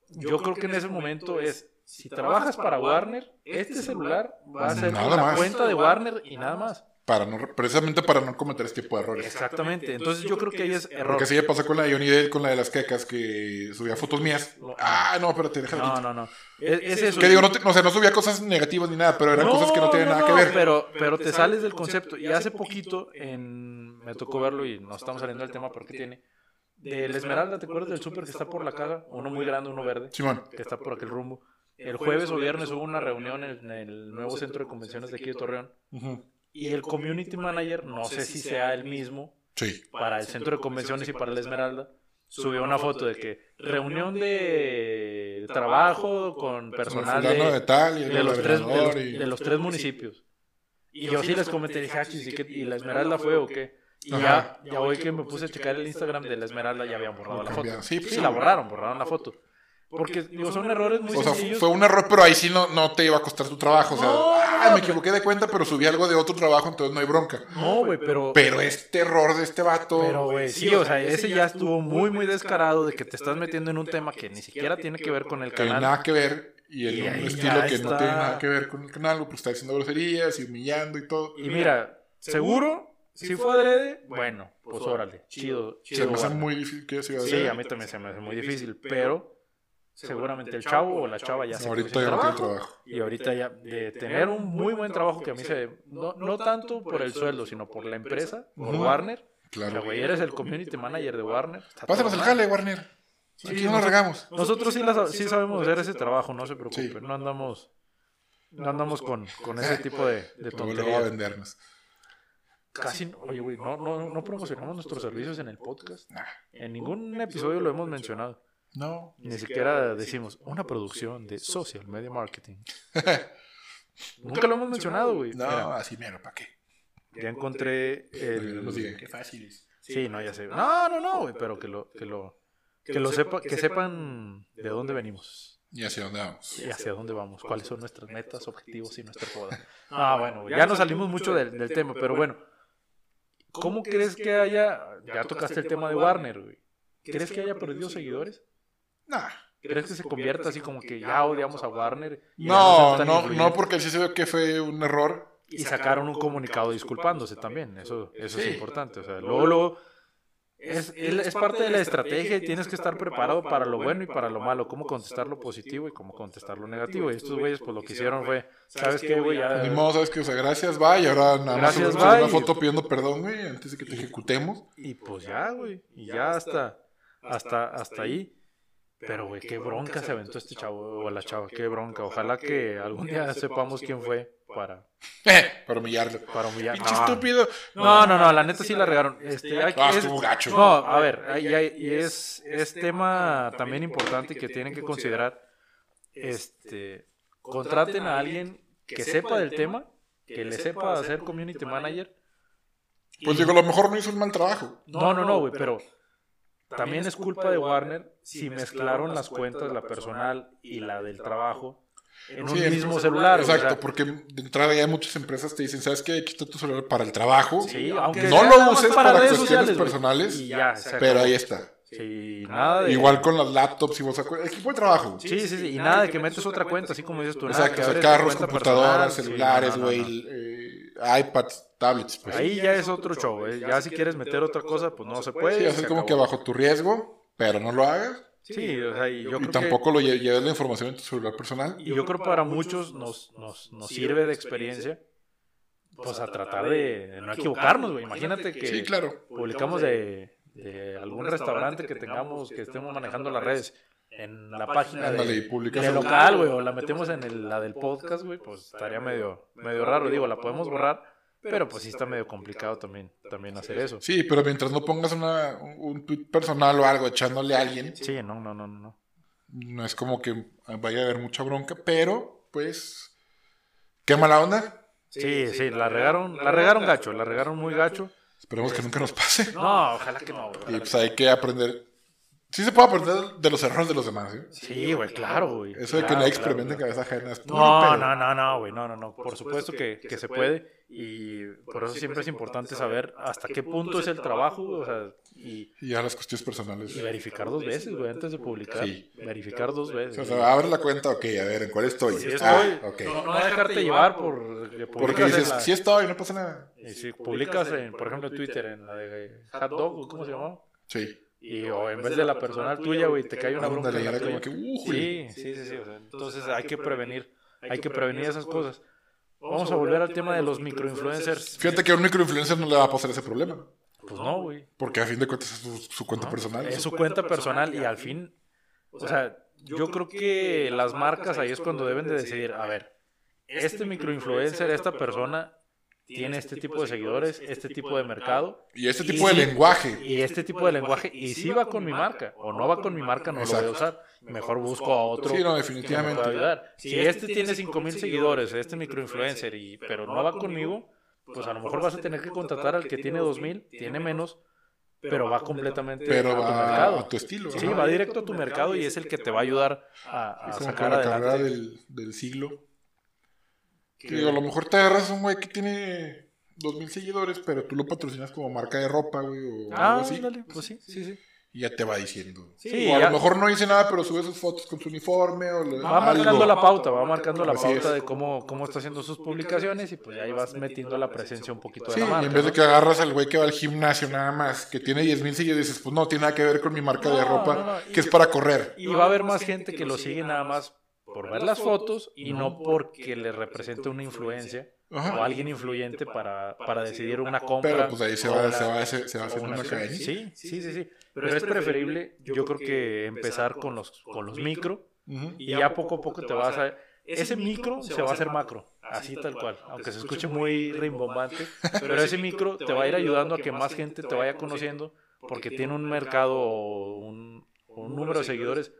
S2: yo creo que en ese momento es, si trabajas para Warner, este celular va a ser
S1: Nada
S2: la
S1: más.
S2: cuenta de Warner y nada más.
S1: Para no, precisamente para no cometer este tipo de errores.
S2: Exactamente. Entonces yo creo que ahí es error.
S1: Porque así ya pasó con la de Johnny Depp, con la de las quecas, que subía fotos mías. Ah, no, espérate, déjame.
S2: No,
S1: No,
S2: no, no. Es, es eso.
S1: Que digo, no, te- no, o sea, no subía cosas negativas ni nada, pero eran cosas que no tenían nada que
S2: no,
S1: ver.
S2: Pero, pero te sales del concepto. Y hace poquito en, me tocó verlo y no estamos saliendo del tema porque tiene. Del Esmeralda, ¿te acuerdas del súper que está por la casa? Uno muy grande, uno verde,
S1: Simón,
S2: que está por aquel rumbo. El jueves o viernes hubo una reunión en el nuevo centro de convenciones de aquí de Torreón.
S1: ujú,
S2: Y el community manager, no sé si sea el mismo,
S1: sí.
S2: para el centro de convenciones y para la Esmeralda, subió una foto de que reunión de trabajo con personal
S1: Con fulano de
S2: de,
S1: tal y el
S2: de los tres, de los,
S1: gobernador y-
S2: de los tres municipios. Y yo sí les comenté, dije, ah, chis, ¿y, qué- y la Esmeralda fue o qué? Y ya,
S1: Ajá.
S2: ya hoy que me puse a checar el Instagram de la Esmeralda, ya habían borrado la foto.
S1: Cambiado. Sí, pues,
S2: Sí, la borraron, borraron la foto. Porque, digo, son errores muy
S1: O sea,
S2: sencillos.
S1: fue un error, pero ahí sí no, no te iba a costar tu trabajo. O sea,
S2: No,
S1: ah,
S2: no,
S1: me equivoqué de cuenta, pero subí algo de otro trabajo, entonces no hay bronca.
S2: No, güey, pero...
S1: Pero este error de este vato.
S2: Pero, güey, sí, o sea, ese ya estuvo muy, muy descarado de que te estás metiendo en un tema que ni siquiera tiene que ver con el
S1: que
S2: canal.
S1: nada que ver. Y el
S2: Y
S1: un
S2: ahí ya
S1: estilo que no
S2: está.
S1: tiene nada que ver con el canal, pues está diciendo groserías y humillando y todo.
S2: Y mira, seguro, si fue adrede, bueno, pues órale, chido,
S1: Se
S2: chido.
S1: me hace
S2: bueno.
S1: muy difícil que se iba a
S2: Sí,
S1: hacer.
S2: a mí también se me hace muy difícil, pero seguramente el chavo o la chava ya se
S1: Ahorita
S2: consiguió
S1: ya no tiene
S2: trabajo.
S1: trabajo.
S2: Y ahorita ya de tener un muy buen trabajo que a mí se... No, no tanto por el sueldo, sino por la empresa, por
S1: Ujú.
S2: Warner. O sea,
S1: Claro.
S2: güey, eres el community manager de Warner. está
S1: Pásanos
S2: toda
S1: el
S2: madre.
S1: jale, Warner.
S2: Sí,
S1: Aquí no
S2: no
S1: nos
S2: sé-
S1: regamos.
S2: Nosotros sí, la- sí sabemos hacer ese trabajo, no se preocupen.
S1: Sí.
S2: No andamos, no andamos con, con ese tipo de, de
S1: Luego luego va a
S2: tonterías.
S1: vendernos.
S2: Casi, no- oye, güey, no, no, no promocionamos nuestros servicios en el podcast.
S1: Nah.
S2: En ningún episodio lo hemos mencionado.
S1: No.
S2: Ni siquiera decimos una producción de social media marketing. Nunca lo hemos mencionado, güey.
S1: No,
S2: Mira,
S1: así mero, ¿para qué?
S2: ya encontré
S1: No nos digan,
S2: el.
S1: qué fácil es.
S2: Sí, no, ya sé. No, no, no, güey, pero que lo, que lo, que lo sepa, que sepan de dónde venimos.
S1: Y hacia dónde vamos.
S2: y hacia dónde vamos, cuáles son nuestras metas, objetivos y nuestra boda. Ah, bueno, ya nos salimos mucho del, del tema, pero bueno, ¿cómo crees que haya, ya tocaste el tema de Warner, güey, ¿crees que haya perdido seguidores?
S1: Nah.
S2: ¿Crees que se convierta así como que ya odiamos a Warner? y ya
S1: No,
S2: sean tan
S1: no,
S2: influyentes?
S1: no, porque él sí se vio que fue un error.
S2: Y sacaron un comunicado disculpándose también, eso, eso
S1: Sí.
S2: es importante, o sea, luego, luego, es, es- es parte de la estrategia y tienes que estar preparado para lo bueno y para lo malo, cómo contestar lo positivo y cómo contestar lo negativo. Y estos güeyes, pues lo que hicieron fue, ¿sabes qué, güey? Ya-
S1: Ni modo, ¿sabes qué? O sea, gracias, bye. Y ahora nada más
S2: Eh. Gracias,
S1: subes una
S2: bye.
S1: foto pidiendo perdón, güey, antes de que te ejecutemos.
S2: Y pues ya, güey. Y ya hasta, hasta, hasta ahí. Pero, güey, qué bronca se aventó este chavo o la chava. Qué bronca. Ojalá que algún día sepamos quién fue para,
S1: Para humillarlo.
S2: para humillar.
S1: Pinche
S2: No.
S1: estúpido.
S2: No, no, no, la neta sí la regaron. Este, hay que-
S1: Ah,
S2: es-
S1: estuvo gacho.
S2: no, a ver, ahí hay- y es, es tema también importante que tienen que considerar. Este, contraten a alguien que sepa del tema, que le sepa hacer community manager.
S1: Pues
S2: Y-
S1: digo, a lo mejor no hizo un mal trabajo.
S2: No, no, no, güey, pero también es culpa de Warner si mezclaron las cuentas, la personal y la del trabajo en un
S1: Sí,
S2: mismo celular. o sea,
S1: Exacto, porque de entrada ya muchas empresas te dicen, ¿sabes qué? Aquí está tu celular para el trabajo.
S2: Sí, aunque
S1: no
S2: sea
S1: lo
S2: nada más
S1: uses para
S2: redes
S1: cuestiones
S2: sociales, güey.
S1: personales,
S2: Y ya, se
S1: Pero
S2: acabó.
S1: ahí está.
S2: Sí, nada de-
S1: Igual con las laptops y vos acu- Equipo de trabajo.
S2: Sí, sí, sí. Y nada de que metes otra cuenta, así como dices tú. nada,
S1: Exacto,
S2: que
S1: o sea,
S2: abres
S1: carros,
S2: tu cuenta personal,
S1: computadoras,
S2: sí,
S1: celulares,
S2: no, no,
S1: güey,
S2: no.
S1: eh, iPads, tablets. Pues.
S2: Ahí ya es otro show, güey. Ya si quieres meter otra cosa, pues no se puede.
S1: sí,
S2: y
S1: haces
S2: se
S1: como que
S2: acabó.
S1: bajo tu riesgo, pero no lo hagas.
S2: Sí, o sea, y yo
S1: Y
S2: creo que...
S1: tampoco lo lle- lleves la información en tu celular personal.
S2: Y yo creo para muchos nos, nos, nos sirve de experiencia, pues a tratar de, de no equivocarnos, güey. Imagínate que
S1: Sí, claro.
S2: publicamos de, de algún restaurante que tengamos, que estemos manejando las redes en la página
S1: Ándale, y
S2: de,
S1: publicas.
S2: de
S1: algo.
S2: local, güey, o la metemos en el- la del podcast, güey, pues estaría medio, medio raro. Digo, la podemos borrar, pero pues sí está medio complicado también, también hacer eso.
S1: Sí, pero mientras no pongas una, un- un tweet personal o algo echándole a alguien,
S2: Sí, no, no, no, no, no.
S1: no es como que vaya a haber mucha bronca, pero pues. Qué mala onda.
S2: Sí, sí, la regaron, la regaron gacho, la regaron muy gacho.
S1: Esperemos que nunca nos pase.
S2: No, ojalá que no, güey.
S1: Y pues hay que aprender. Sí se puede aprender de los errores de los demás. ¿eh?
S2: Sí, güey, claro, güey.
S1: Eso de que
S2: Claro,
S1: nadie
S2: claro,
S1: experimente en
S2: claro.
S1: cabeza ajena. es puro
S2: No,
S1: pedo.
S2: no, no, no, güey, no, no, no. Por supuesto que, que se puede y por eso siempre es importante saber hasta qué punto es el trabajo, güey, o sea, y,
S1: Y ya las cuestiones personales.
S2: y verificar dos veces, güey, antes de publicar.
S1: Sí.
S2: Verificar dos veces.
S1: O sea, abre la cuenta, ok, a ver, ¿en cuál estoy?
S2: Sí, estoy.
S1: ah, ok.
S2: No, no dejarte llevar por... que
S1: Porque
S2: publicas en
S1: dices,
S2: la-
S1: sí estoy, no pasa nada.
S2: y si publicas, en, por ejemplo, en Twitter, en la de Hot Dog, o ¿cómo se llamaba?
S1: Sí.
S2: Y o en vez de la personal tuya, güey, te cae una bronca
S1: Ándale,
S2: en
S1: y
S2: la
S1: era como
S2: tuya.
S1: que, uy.
S2: Sí, sí, sí, sí. o sea, entonces hay que prevenir, hay que prevenir esas cosas. Vamos a volver al tema de los microinfluencers.
S1: Fíjate que a un microinfluencer no le va a pasar ese problema.
S2: Pues no, güey.
S1: Porque a fin de cuentas es su, su cuenta
S2: ¿no?
S1: personal.
S2: Es su cuenta personal y al fin, o sea, yo creo que las marcas ahí es cuando deben de decidir, a ver, este microinfluencer, esta persona tiene este tipo de seguidores, este tipo de mercado
S1: Y este
S2: Y
S1: tipo de
S2: sí.
S1: lenguaje.
S2: y este tipo de lenguaje y si va con mi marca o no va con mi marca no lo voy a usar, mejor busco a otro
S1: Sí, no,
S2: que me pueda
S1: definitivamente.
S2: ayudar. Si este tiene 5000 seguidores, este microinfluencer y pero no va conmigo, pues a lo mejor vas a tener que contratar al que tiene 2000, tiene menos, pero va completamente
S1: Pero
S2: a tu
S1: va
S2: mercado.
S1: a tu estilo.
S2: Sí,
S1: ajá.
S2: va directo a tu mercado y es el que te va a ayudar a, a
S1: Es como que
S2: sacar
S1: la carrera
S2: adelante.
S1: del, del siglo. Que digo, a lo mejor te agarras un güey que tiene 2000 seguidores, pero tú lo patrocinas como marca de ropa, güey, o
S2: Ah,
S1: algo así.
S2: ándale, pues sí, sí, sí.
S1: Y ya te va diciendo.
S2: Sí,
S1: o a
S2: ya-
S1: lo mejor no dice nada, pero sube sus fotos con su uniforme o le-
S2: va
S1: algo.
S2: marcando la pauta, va marcando la
S1: Así
S2: pauta
S1: es.
S2: de cómo, cómo está haciendo sus publicaciones y pues ahí vas metiendo la presencia un poquito de
S1: Sí,
S2: la
S1: y
S2: marca.
S1: en vez de
S2: ¿no?
S1: que agarras al güey que va al gimnasio nada más, que tiene 10.000 seguidores, dices, pues no, tiene nada que ver con mi marca de
S2: No,
S1: ropa,
S2: no, no, y-
S1: que es para correr.
S2: Y va a haber más gente que lo sigue nada más por ver las fotos y no porque le represente una influencia
S1: Ajá.
S2: o alguien influyente para, para decidir una compra.
S1: Pero pues ahí se
S2: o
S1: va,
S2: una-
S1: se va, se, se va haciendo
S2: una
S1: una
S2: acción.
S1: cadena.
S2: Sí, sí, sí, sí. Pero, es preferible, yo creo que empezar con los, con los micro
S1: Ujú.
S2: y ya poco a poco te vas a... Ese micro se va a hacer macro, así tal cual, aunque se escuche muy rimbombante, pero ese micro te va a ir ayudando a que más gente te vaya conociendo porque tiene un mercado o un, un número de seguidores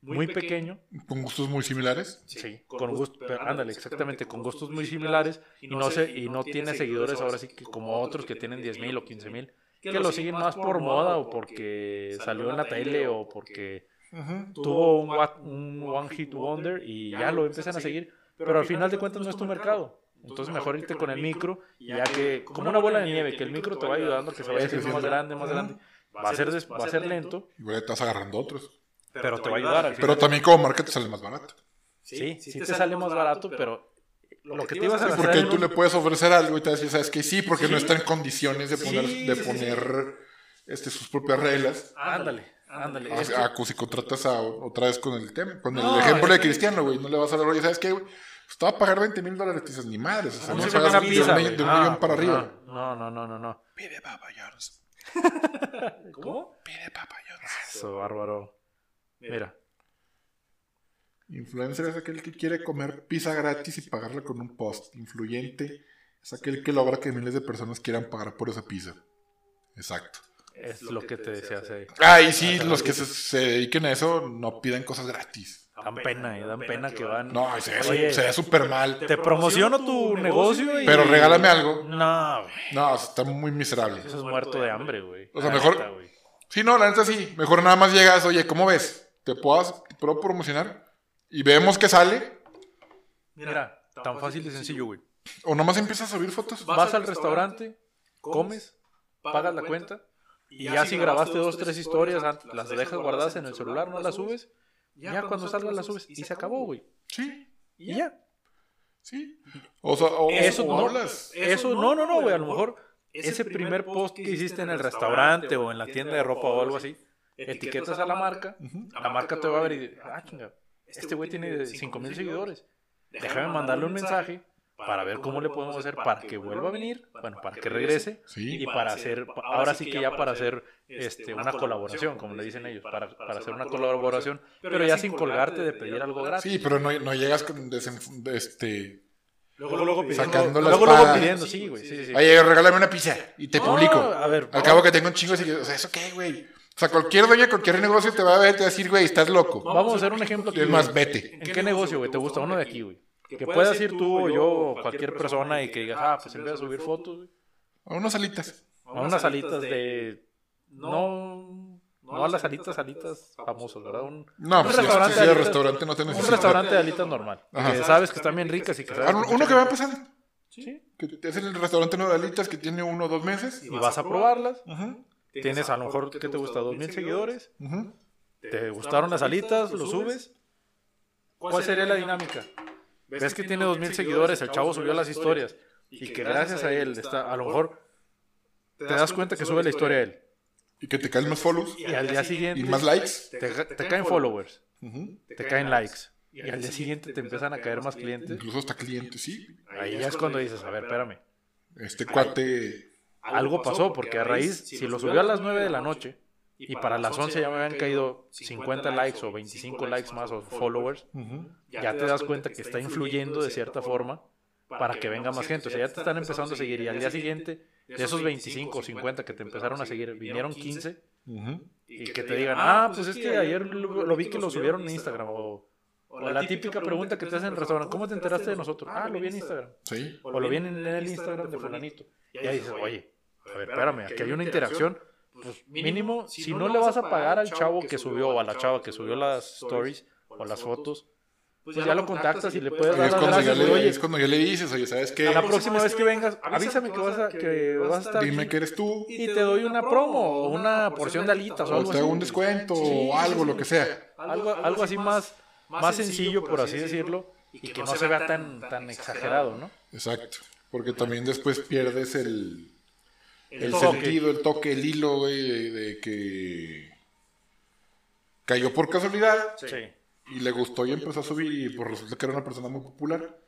S2: muy pequeño,
S1: Con gustos muy similares.
S2: sí, con gusto, pero ándale, exactamente, con gustos muy similares y no, se, y no tiene seguidores ahora sí que como otros que tienen 10 mil o 15 mil, que lo siguen más por moda o porque salió en la tele o porque
S1: Ujú.
S2: tuvo un, wa- un One Hit Wonder y ya lo empiezan a seguir, pero al final de cuentas no es tu mercado. Entonces mejor irte con el micro y ya que, como una bola de nieve, que el micro te va ayudando, que se vaya haciendo más grande, más grande. Va a ser, des- va a ser lento,
S1: Igual estás agarrando otros.
S2: pero te va a ayudar al final.
S1: Pero también como marca te sale más barato.
S2: Sí, sí te sale más barato, pero lo que te ibas a
S1: Sí,
S2: gastar
S1: porque
S2: en
S1: tú
S2: un-
S1: le puedes ofrecer algo y te vas a decir, ¿sabes qué? Sí, porque no
S2: Sí.
S1: está en condiciones de poner,
S2: Sí,
S1: de
S2: sí, sí.
S1: poner este, sus propias reglas.
S2: Ándale, ándale.
S1: Ah,
S2: Es que-
S1: ah, pues, si contratas a, otra vez con el tema, con
S2: No,
S1: el ejemplo
S2: es
S1: de
S2: que-
S1: Cristiano, güey, no le vas a dar, oye, ¿sabes qué, güey? Pues te va a pagar 20 mil dólares, te dices, ni madres, o sea,
S2: ¿Cómo
S1: no
S2: se
S1: se
S2: llama
S1: hagas
S2: una
S1: de un
S2: pizza,
S1: millón- de un
S2: güey?
S1: millón para
S2: No,
S1: arriba.
S2: No, no, no, no, no.
S1: Pide papayos,
S2: ¿Cómo?
S1: pide papayos.
S2: Eso, bárbaro. Mira,
S1: Influencer es aquel que quiere comer pizza gratis y pagarla con un post. Influyente es aquel que logra que miles de personas quieran pagar por esa pizza. Exacto.
S2: Es lo que te decía hace ahí.
S1: Ah, y sí, los que se, se dediquen a eso no piden cosas gratis.
S2: Dan pena, eh, dan pena que van.
S1: No, se
S2: Oye,
S1: ve se ve súper mal.
S2: Te promociono tu negocio y.
S1: Pero regálame algo.
S2: No, güey.
S1: No, está muy miserable.
S2: Eso es muerto de hambre, güey.
S1: O sea,
S2: La
S1: mejor-
S2: neta, güey.
S1: Sí, no, la neta sí. Mejor nada más llegas, oye, ¿cómo ves? ¿Te puedo, te puedo promocionar? Y vemos que sale.
S2: Mira, tan fácil y sencillo, güey.
S1: O nomás empiezas a subir fotos.
S2: Vas al restaurante, comes, pagas la cuenta. Y ya si grabaste dos, tres historias, an- las dejas guardadas en el celular, no las subes. Ya cuando salgas las subes. Y se acabó, güey.
S1: Sí,
S2: Y ya.
S1: sí. O, sea, o-
S2: Eso
S1: o
S2: no,
S1: hablas.
S2: eso no, no, no, güey. A lo mejor ese primer post que hiciste en el restaurante o en la tienda de ropa o algo así, etiquetas a la marca,
S1: Ujú.
S2: la marca te va a ver y ah, chinga, este güey tiene 5 mil seguidores. Déjame mandarle un mensaje para ver cómo le podemos hacer para que vuelva a venir, bueno, para que regrese y
S1: Sí.
S2: para hacer, ahora sí que ya para hacer este, una colaboración, como le dicen ellos, para, para hacer una colaboración, pero ya sin colgarte de pedir algo gratis.
S1: Sí, pero no, no llegas con desenf- de este.
S2: Luego, luego pidiendo,
S1: Sacando la
S2: luego, luego
S1: espada.
S2: pidiendo, sí, güey, sí, sí, sí.
S1: Oye, regálame una pizza y te
S2: No,
S1: publico.
S2: a ver,
S1: Al cabo que tengo un chingo de seguidores. O sea, ¿eso qué, güey? O sea, cualquier dueño, de cualquier negocio te va a ver y te va a decir, güey, estás loco.
S2: Vamos a hacer un ejemplo aquí.
S1: Es más,
S2: güey.
S1: vete.
S2: ¿En qué negocio, güey, te gusta uno de aquí, güey? Que puedas ir tú o yo o cualquier persona y que digas, ah, pues empieza a subir fotos, güey.
S1: A unas alitas.
S2: A unas salitas de... No... No a las salitas, salitas famosas, ¿verdad? Un,
S1: No,
S2: Un
S1: pues si es-
S2: restaurante
S1: si es de
S2: ahorita-
S1: restaurante no te
S2: un
S1: necesitas.
S2: restaurante de alitas normal.
S1: Ajá.
S2: Que sabes que están bien ricas y que sabes
S1: Ah,
S2: que-
S1: Uno que va empezando.
S2: Sí.
S1: Que es el restaurante Nueva Alitas que tiene uno o dos meses.
S2: Y vas a probarlas.
S1: Ajá,
S2: Tienes a lo mejor, ¿qué te gusta? ¿2,000 seguidores?
S1: ajá.
S2: ¿Te gustaron las alitas? ¿Lo subes? ¿Cuál sería la dinámica? Ves que tiene 2,000 seguidores, el chavo subió las historias. Y que gracias a él, está, a lo mejor te das cuenta que sube la historia a él.
S1: Y que te caen más follows
S2: Y al día siguiente
S1: y más likes.
S2: te, ca- te caen followers,
S1: Ujú.
S2: te caen likes. Y al día siguiente te empiezan a caer más clientes.
S1: Incluso hasta clientes, sí.
S2: Ahí ya es cuando dices, a ver, espérame.
S1: Este cuate.
S2: Algo pasó porque a raíz, si lo subió a las 9 de la noche y para las 11 ya me habían caído 50 likes o 25 likes más o followers,
S1: ujú.
S2: ya te das cuenta que está influyendo de cierta forma para que venga más gente. O sea, ya te están empezando a seguir y al día siguiente, de esos 25 o 50 que te empezaron a seguir, vinieron 15
S1: Ujú.
S2: y que te digan, ah, pues es que ayer lo, lo vi que lo subieron en Instagram o, o la típica pregunta que te hacen en el restaurante, ¿cómo te enteraste de nosotros? Ah, lo vi en Instagram
S1: Sí.
S2: o lo vienen en el Instagram de fulanito. Y ahí dices, oye, a ver, espérame, aquí hay una interacción. Pues mínimo, si no le vas a pagar al chavo que subió o a la chava que subió las stories o las fotos, pues ya lo contactas y le puedes
S1: Ahí
S2: dar
S1: es,
S2: las
S1: cuando ya
S2: gracias.
S1: le,
S2: güey,
S1: ahí
S2: Oye,
S1: es cuando ya le dices, oye, ¿sabes qué? Pues,
S2: la próxima vez que vengas, avísame que vas a, que vas a estar
S1: Dime
S2: aquí
S1: que eres tú.
S2: y te doy una promo o una porción de alitas o
S1: O
S2: algo
S1: te hago un
S2: así.
S1: descuento
S2: Sí,
S1: o
S2: sí,
S1: algo,
S2: sí.
S1: lo que sea.
S2: Algo, algo así más, más sencillo, por así decirlo, y que no se vea tan, tan exagerado, ¿no?
S1: Exacto. Porque también después pierdes el, el
S2: toque.
S1: sentido, el toque, el hilo, güey, de, de que cayó por casualidad
S2: Sí.
S1: y le gustó y empezó a subir y pues resulta que era una persona muy popular.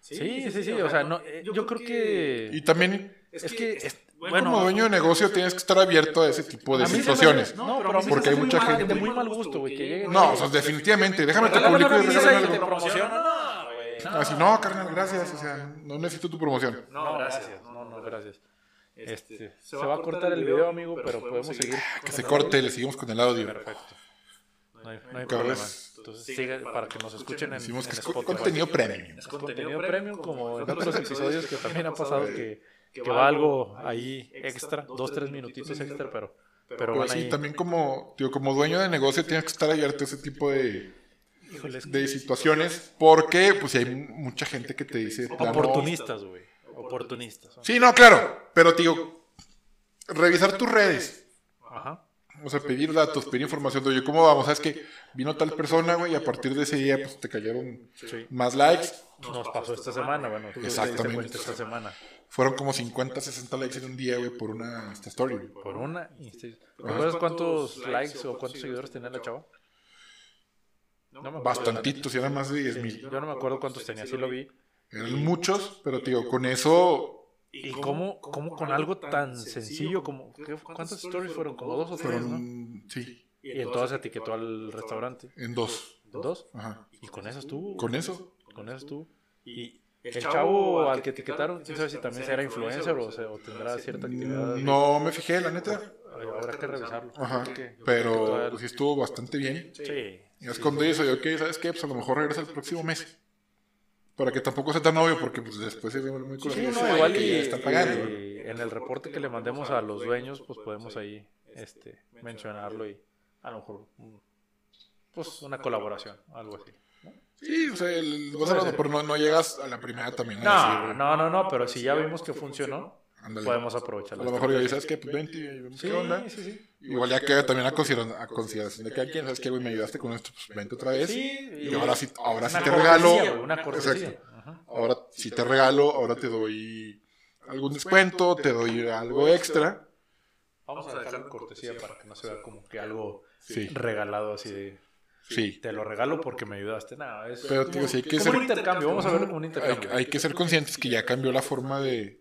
S2: Sí, sí, sí. O sea, no, eh, yo creo
S1: Y
S2: que.
S1: también,
S2: Es que. es-
S1: como
S2: Bueno,
S1: dueño de negocio, tienes que estar abierto a ese tipo de
S2: a mí se me-
S1: situaciones.
S2: No, pero a mí se
S1: Porque
S2: me
S1: hay
S2: hace
S1: mucha
S2: muy mal-
S1: gente-
S2: de muy mal gusto, güey, que lleguen.
S1: No, o sea, definitivamente. Déjame te
S2: Regálame
S1: publico
S2: una
S1: y
S2: pizza
S1: déjame
S2: y te
S1: algo.
S2: promociono. No, güey.
S1: Así, no, carnal, gracias. O sea, no necesito tu promoción.
S2: No, gracias. No, no, gracias. Este, se va a cortar el video, amigo, pero podemos seguir.
S1: Que se corte, le seguimos con el audio.
S2: Perfecto. No hay, no
S1: Cada
S2: hay problema.
S1: vez-
S2: Entonces, sigue para que nos escuchen en, en
S1: Decimos que es
S2: Spotify.
S1: contenido premium.
S2: Es contenido premium, como en otros episodios que también ha pasado que, que va algo ahí extra, dos, tres minutitos extra, pero, pero
S1: Pero
S2: van
S1: Pues sí,
S2: ahí.
S1: también como, tío, como dueño de negocio tienes que estar abierto a ese tipo de,
S2: Híjoles,
S1: de situaciones porque pues sí hay mucha gente que te dice... de plano-
S2: Oportunistas, güey. Oportunistas.
S1: Sí, no, claro. Pero, tío, revisar tus redes.
S2: Ajá.
S1: O sea, pedir datos, pedir información de, oye, ¿cómo vamos? ¿Sabes que Vino tal persona, güey, y a partir de ese día pues te cayeron
S2: Sí.
S1: más likes.
S2: Nos pasó esta semana, bueno. tú te diste
S1: Exactamente.
S2: cuenta esta semana.
S1: Fueron como 50, 60 likes en un día, güey, por una esta story. güey.
S2: Por una. insta- ¿Te acuerdas cuántos likes o cuántos seguidores tenía la chava? No me acuerdo.
S1: Bastantitos, y eran más de 10 mil.
S2: Yo no me acuerdo cuántos tenía, sí lo vi.
S1: Eran muchos, pero, tío, con eso
S2: Y cómo, cómo con algo tan sencillo como... ¿qué- ¿Cuántas stories fueron? Como dos o tres, ¿no?
S1: fueron, sí,
S2: Y entonces etiquetó al restaurante.
S1: en dos.
S2: ¿Dos?
S1: Ajá.
S2: Y con eso estuvo.
S1: Con eso.
S2: Con eso estuvo. Y
S4: el,
S2: el chavo, al que etiquetaron, quién sabe si también será influencer o, se- o tendrá cierta actividad.
S1: No me fijé, la neta.
S2: Ay, Habrá que revisarlo.
S1: Ajá.
S2: Creo que-
S1: Pero pues, sí estuvo bastante bien.
S2: Sí.
S1: Y es cuando dice, ok, ¿sabes qué? Pues a lo mejor regresa el próximo mes. Para que tampoco sea tan obvio, porque pues después se ve muy
S2: Sí,
S1: culero.
S2: no, igual
S1: Que
S2: y,
S1: ya está pagando. ¿no?
S2: y en el reporte que le mandemos a los dueños, pues podemos ahí este, mencionarlo y a lo mejor mm, pues una colaboración, algo así.
S1: Sí, o sea, el- vas hablando, pero no, no llegas a la primera también. a decir,
S2: No,
S1: güey,
S2: no, no, no, pero si ya vimos que funcionó,
S1: ándale.
S2: podemos
S1: A
S2: aprovecharlo.
S1: lo mejor yo digo, ¿sabes qué? Pues vente y vemos qué onda.
S2: Sí, sí, sí.
S1: Igual ya queda también a consideración, a consideración de que alguien, ¿sabes qué, güey? Me ayudaste con esto, pues vente otra vez.
S2: Sí,
S1: Y ahora sí, ahora sí
S2: una
S1: te
S2: cortesía,
S1: regalo.
S2: güey, Una cortesía.
S1: Exacto.
S2: Ajá.
S1: Ahora sí te regalo, ahora te doy algún descuento, te doy algo extra.
S2: Vamos a dejarlo en cortesía para que no se vea como que algo
S1: Sí,
S2: regalado así de
S1: sí.
S2: te lo regalo porque me ayudaste. Nada, es
S1: Pero te digo, sí hay que
S2: como
S1: ser,
S2: un intercambio, vamos a verlo como un
S1: hay,
S2: intercambio.
S1: hay que ser conscientes que ya cambió la forma de,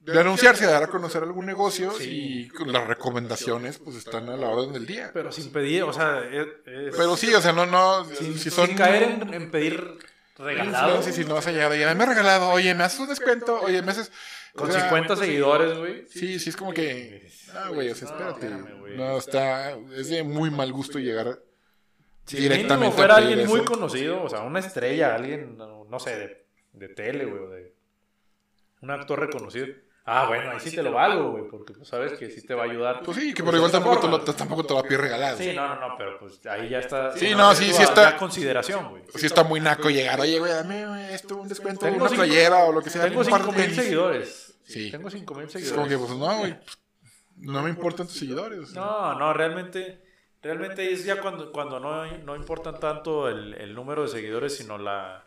S1: de anunciarse, de dar a conocer algún negocio y con las recomendaciones pues están a la orden del día.
S2: Pero sin pedir, o sea, es- es-
S1: Pero sí, o sea, no, no,
S2: sin,
S1: si son...
S2: sin caer en, en pedir regalado.
S1: Sí, sí, no vas a llegar ya, me he regalado, oye, me haces un descuento, oye, me haces...
S2: Con
S1: o sea,
S2: 50 seguidores, güey.
S1: Sí, sí, es como que... Ah, güey, o sea,
S2: No,
S1: espérate.
S2: espérame, güey.
S1: No, está... Es de muy mal gusto llegar
S2: Si
S1: directamente
S2: mínimo
S1: a
S2: fuera
S1: pedir
S2: alguien
S1: eso.
S2: muy conocido, o sea, una estrella, alguien, no no sé, de, de tele, güey, o de un actor reconocido. Ah, bueno, ahí sí te lo valgo, güey, porque pues, sabes que sí te va a ayudar.
S1: Pues sí, que por igual tampoco te, lo, tampoco te lo pide regalado.
S2: Sí, no, no, no, pero pues ahí ya está.
S1: Sí, no, sí, sí
S2: ya
S1: está-
S2: consideración, güey.
S1: Sí está muy naco llegar, oye, güey, dame güey, esto, un descuento,
S2: Tengo
S1: una
S2: cinco-
S1: playera o lo que sea.
S2: Tengo
S1: un par de
S2: 5.000
S1: tenis.
S2: seguidores.
S1: Sí.
S2: Tengo 5.000
S1: Es como que,
S2: seguidores.
S1: pues, no, güey, pues, no me importan tus seguidores.
S2: No, no, realmente, realmente es ya cuando, cuando no, no importan tanto el, el número de seguidores, sino la,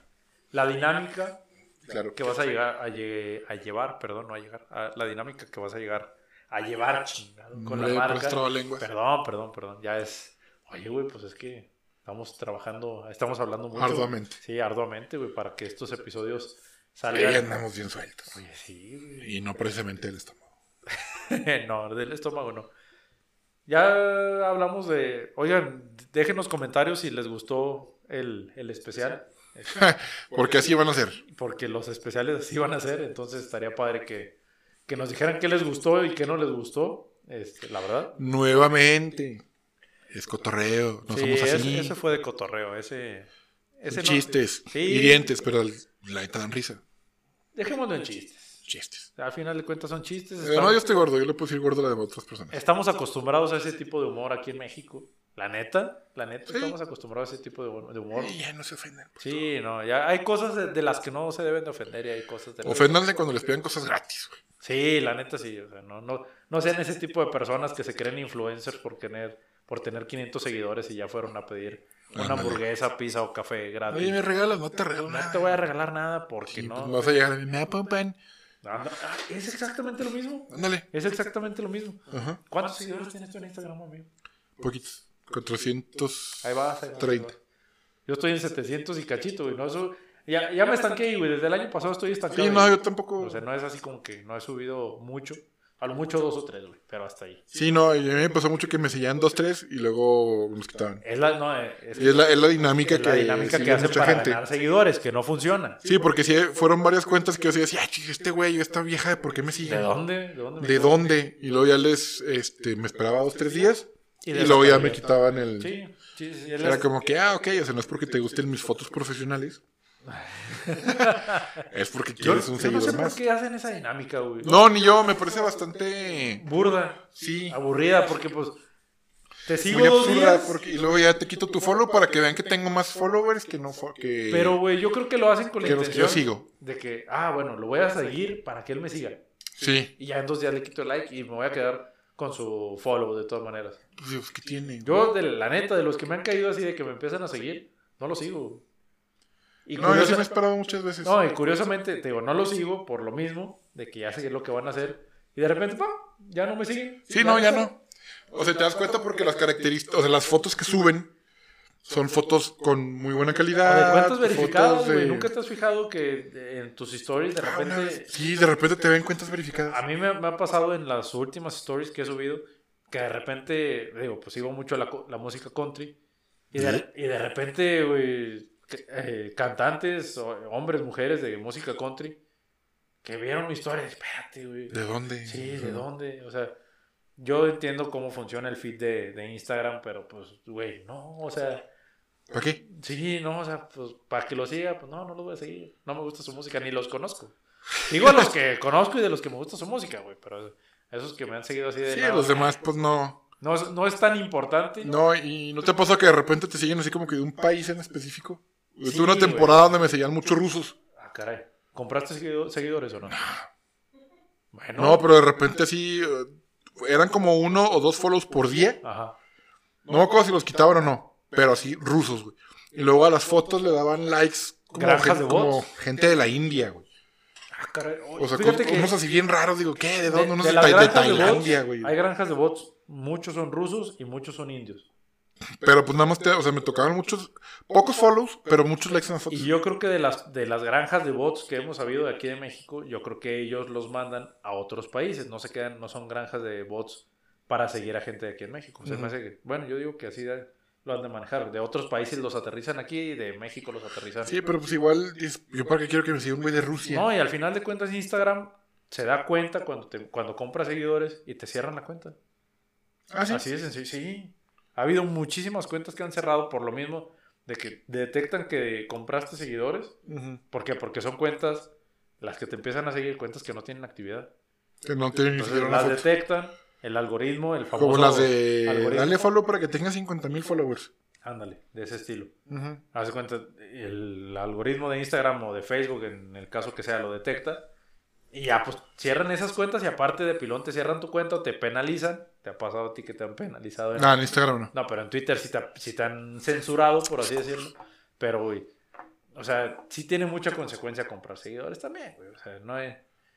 S2: la dinámica
S1: Claro.
S2: que vas a llegar a, lle- a llevar, perdón, no a llegar, a la dinámica que vas a llegar a llevar chingado, con la
S1: Hombre,
S2: marca.
S1: pues, trabalenguas.
S2: Perdón, perdón, perdón, ya es. Oye, güey, pues es que estamos trabajando, estamos hablando mucho.
S1: Arduamente.
S2: Sí, arduamente, güey, para que estos episodios
S1: Ahí
S2: salgan.
S1: andamos bien sueltos.
S2: Oye, sí, güey.
S1: Y no precisamente el estómago.
S2: no, del estómago no. Ya hablamos de. Oigan, déjenos comentarios si les gustó el, el especial.
S1: Porque así van a ser.
S2: Porque los especiales así van a ser. Entonces estaría padre que, que nos dijeran qué les gustó y qué no les gustó. Este, la verdad.
S1: Nuevamente. Es cotorreo. No
S2: Sí,
S1: somos
S2: ese-
S1: así.
S2: ese fue de cotorreo. Ese.
S1: Son
S2: ese no-
S1: chistes.
S2: Sí.
S1: Hirientes, pero el- la neta dan risa.
S2: Dejémoslo en chistes.
S1: Chistes.
S2: Al final de cuentas son chistes.
S1: Eh, no, yo estoy gordo. Yo le puedo decir gordo a la de otras personas.
S2: Estamos acostumbrados a ese tipo de humor aquí en México. La neta, la neta,
S1: Sí.
S2: estamos acostumbrados a ese tipo de humor. de humor.
S1: Y ya no se ofenden. por favor.
S2: Sí, no, ya hay cosas de, de las que no se deben de ofender y hay cosas de las-
S1: Oféndanle cuando les pidan cosas gratis, güey.
S2: Sí, la neta sí, o sea, no, no, no sean ese tipo de personas que se creen influencers por tener, por tener 500 seguidores y ya fueron a pedir una
S1: Ándale.
S2: hamburguesa, pizza o café
S1: Oye, me
S2: gratis.
S1: regalas, no te regalo
S2: No
S1: nada.
S2: te voy a regalar nada porque
S1: Sí, pues,
S2: no.
S1: no vas a llegar a mí, me da pan, pan.
S2: Anda- ah, es exactamente lo mismo.
S1: Ándale.
S2: Es exactamente lo mismo.
S1: Ajá.
S2: ¿Cuántos seguidores tienes tú en Instagram, amigo?
S1: Poquitos. 400.
S2: Ahí vas, ahí vas.
S1: 30.
S2: Yo estoy en 700 y cachito, güey. No, eso, ya, ya me estanqué, güey. Desde el año pasado estoy estancado.
S1: Sí, no,
S2: güey.
S1: yo tampoco.
S2: O sea, no es así como que no he subido mucho. A lo mucho dos o tres, güey. Pero hasta ahí.
S1: Sí, no, y a mí me pasó mucho que me seguían dos, tres y luego nos quitaban.
S2: Es la, no, eh, es,
S1: Y es la, es la dinámica
S2: es
S1: que
S2: la dinámica que
S1: sigue
S2: hacen
S1: mucha
S2: para
S1: gente.
S2: ganar seguidores, que no funciona.
S1: Sí, porque sí, fueron varias cuentas que yo sí decía, ah, chis, este güey, esta vieja, ¿por qué me sigue?
S2: ¿De dónde? ¿De dónde? me
S1: ¿De
S2: quedo?
S1: dónde? Y luego ya les, este, me esperaba dos, tres días y,
S2: de
S1: luego ya me
S2: desapareció.
S1: quitaban el...
S2: Sí, sí, sí. es
S1: Era
S2: la-
S1: como que, ah, ok, o sea, no es porque te gusten mis fotos profesionales. es porque
S2: Yo,
S1: quieres un
S2: yo no
S1: seguidor
S2: sé por
S1: más.
S2: qué hacen esa dinámica, güey.
S1: No, ni yo, me parece bastante...
S2: Burda,
S1: Sí,
S2: aburrida, porque pues. Te sigo
S1: muy
S2: dos
S1: absurda.
S2: días.
S1: Porque, y luego ya te quito tu follow para que vean que tengo más followers que no... fo- Que,
S2: Pero, güey, yo creo que lo hacen con la
S1: que los que yo
S2: intención
S1: sigo.
S2: de que, ah, bueno, lo voy a seguir para que él me siga.
S1: Sí.
S2: Y ya en dos días le quito el like y me voy a quedar con su follow de todas maneras.
S1: Pues, Dios, ¿qué tiene?
S2: Yo, de la neta, de los que me han caído así de que me empiezan a seguir, no lo sigo. Y
S1: No, yo sí
S2: curiosa-
S1: me he esperado muchas veces.
S2: no, y curiosamente, te digo, no lo sigo por lo mismo, de que ya sé lo que van a hacer. Y de repente, ¡pam! Ya no me siguen.
S1: Sí, no, ya no. O sea, te das cuenta porque las características, o sea, las fotos que suben son fotos con muy buena
S2: O
S1: calidad.
S2: de cuentas
S1: Ah, fotos
S2: verificadas, güey.
S1: de-
S2: Nunca te has fijado que eh, en tus stories de
S1: Ah, una
S2: repente
S1: vez- Sí, de repente te ven cuentas
S2: A
S1: verificadas.
S2: mí me, me ha pasado en las últimas stories que he subido que de repente, digo, pues sigo mucho la, co- la música country Y de, y de repente, güey, que- eh, cantantes, o- hombres, mujeres de música country, que vieron mi historia, espérate, güey.
S1: ¿De dónde?
S2: Sí, ¿de dónde? O sea, yo entiendo cómo funciona el feed de, de Instagram, pero pues, güey, no, o sea,
S1: ¿Para qué?
S2: sí, no, o sea, pues para que lo siga, pues no, no lo voy a seguir. No me gusta su música, ni los conozco. Digo a los que conozco y de los que me gusta su música, güey, pero esos que me han seguido así de...
S1: Sí,
S2: lado,
S1: los demás, pues no.
S2: No, es- no es tan importante.
S1: No, y ¿no te pasa que de repente te siguen así como que de un país en específico? Yo
S2: Sí,
S1: Tuve una
S2: güey.
S1: temporada donde me seguían muchos rusos.
S2: Ah, caray. ¿Compraste seguido- seguidores o no? Bueno.
S1: No, pero de repente así... eh, Eran como uno o dos follows por día.
S2: Ajá.
S1: No me acuerdo si los quitaban o no, pero así rusos, güey. Y luego a las fotos le daban likes como,
S2: Granjas
S1: gen-
S2: de
S1: como
S2: bots.
S1: gente de la India, güey.
S2: Ah, caray. Oye,
S1: O sea,
S2: fíjate
S1: con-
S2: que
S1: unos así bien raros, digo, ¿qué? ¿De
S2: de-
S1: dónde? Unos
S2: de
S1: de,
S2: las
S1: Tai- de
S2: granjas de bots,
S1: Tailandia, güey.
S2: hay granjas de bots. Muchos son rusos y muchos son indios.
S1: Pero pues nada más, te, o sea, me tocaban muchos, pocos follows, pero muchos likes en las fotos.
S2: Y yo creo que de las, de las granjas de bots que hemos sabido de aquí de México, yo creo que ellos los mandan a otros países. No se quedan, no son granjas de bots para seguir a gente de aquí en México. Se me
S1: Ujú.
S2: hace que- bueno, yo digo que así de- lo han de manejar. De otros países los aterrizan aquí y de México los aterrizan.
S1: Sí, pero pues igual, dices, yo para qué quiero que me siga un güey de Rusia.
S2: No, y al final de cuentas Instagram se da cuenta cuando te, cuando compras seguidores y te cierran la cuenta.
S1: ah, sí.
S2: Así de sencillo, sí. Ha habido muchísimas cuentas que han cerrado por lo mismo de que detectan que compraste seguidores.
S1: Ujú.
S2: ¿Por qué? Porque son cuentas las que te empiezan a seguir cuentas que no tienen actividad.
S1: Que no tienen ni
S2: Entonces
S1: siquiera una
S2: las
S1: foto.
S2: detectan, el algoritmo, el famoso...
S1: Como las de...
S2: algoritmo.
S1: Dale follow para que tenga 50 mil followers.
S2: Ándale, de ese estilo.
S1: Ujú.
S2: Haz de cuenta, el algoritmo de Instagram o de Facebook, en el caso que sea, lo detecta. Y ya, pues cierran esas cuentas y aparte de pilón te cierran tu cuenta o te penalizan. Te ha pasado a ti que te han penalizado. en-
S1: Nada, Ah, en Instagram no.
S2: No, pero en Twitter sí te, sí te han censurado, por así decirlo. Pero, güey, o sea, sí tiene mucha consecuencia comprar seguidores también, güey. O sea, no es...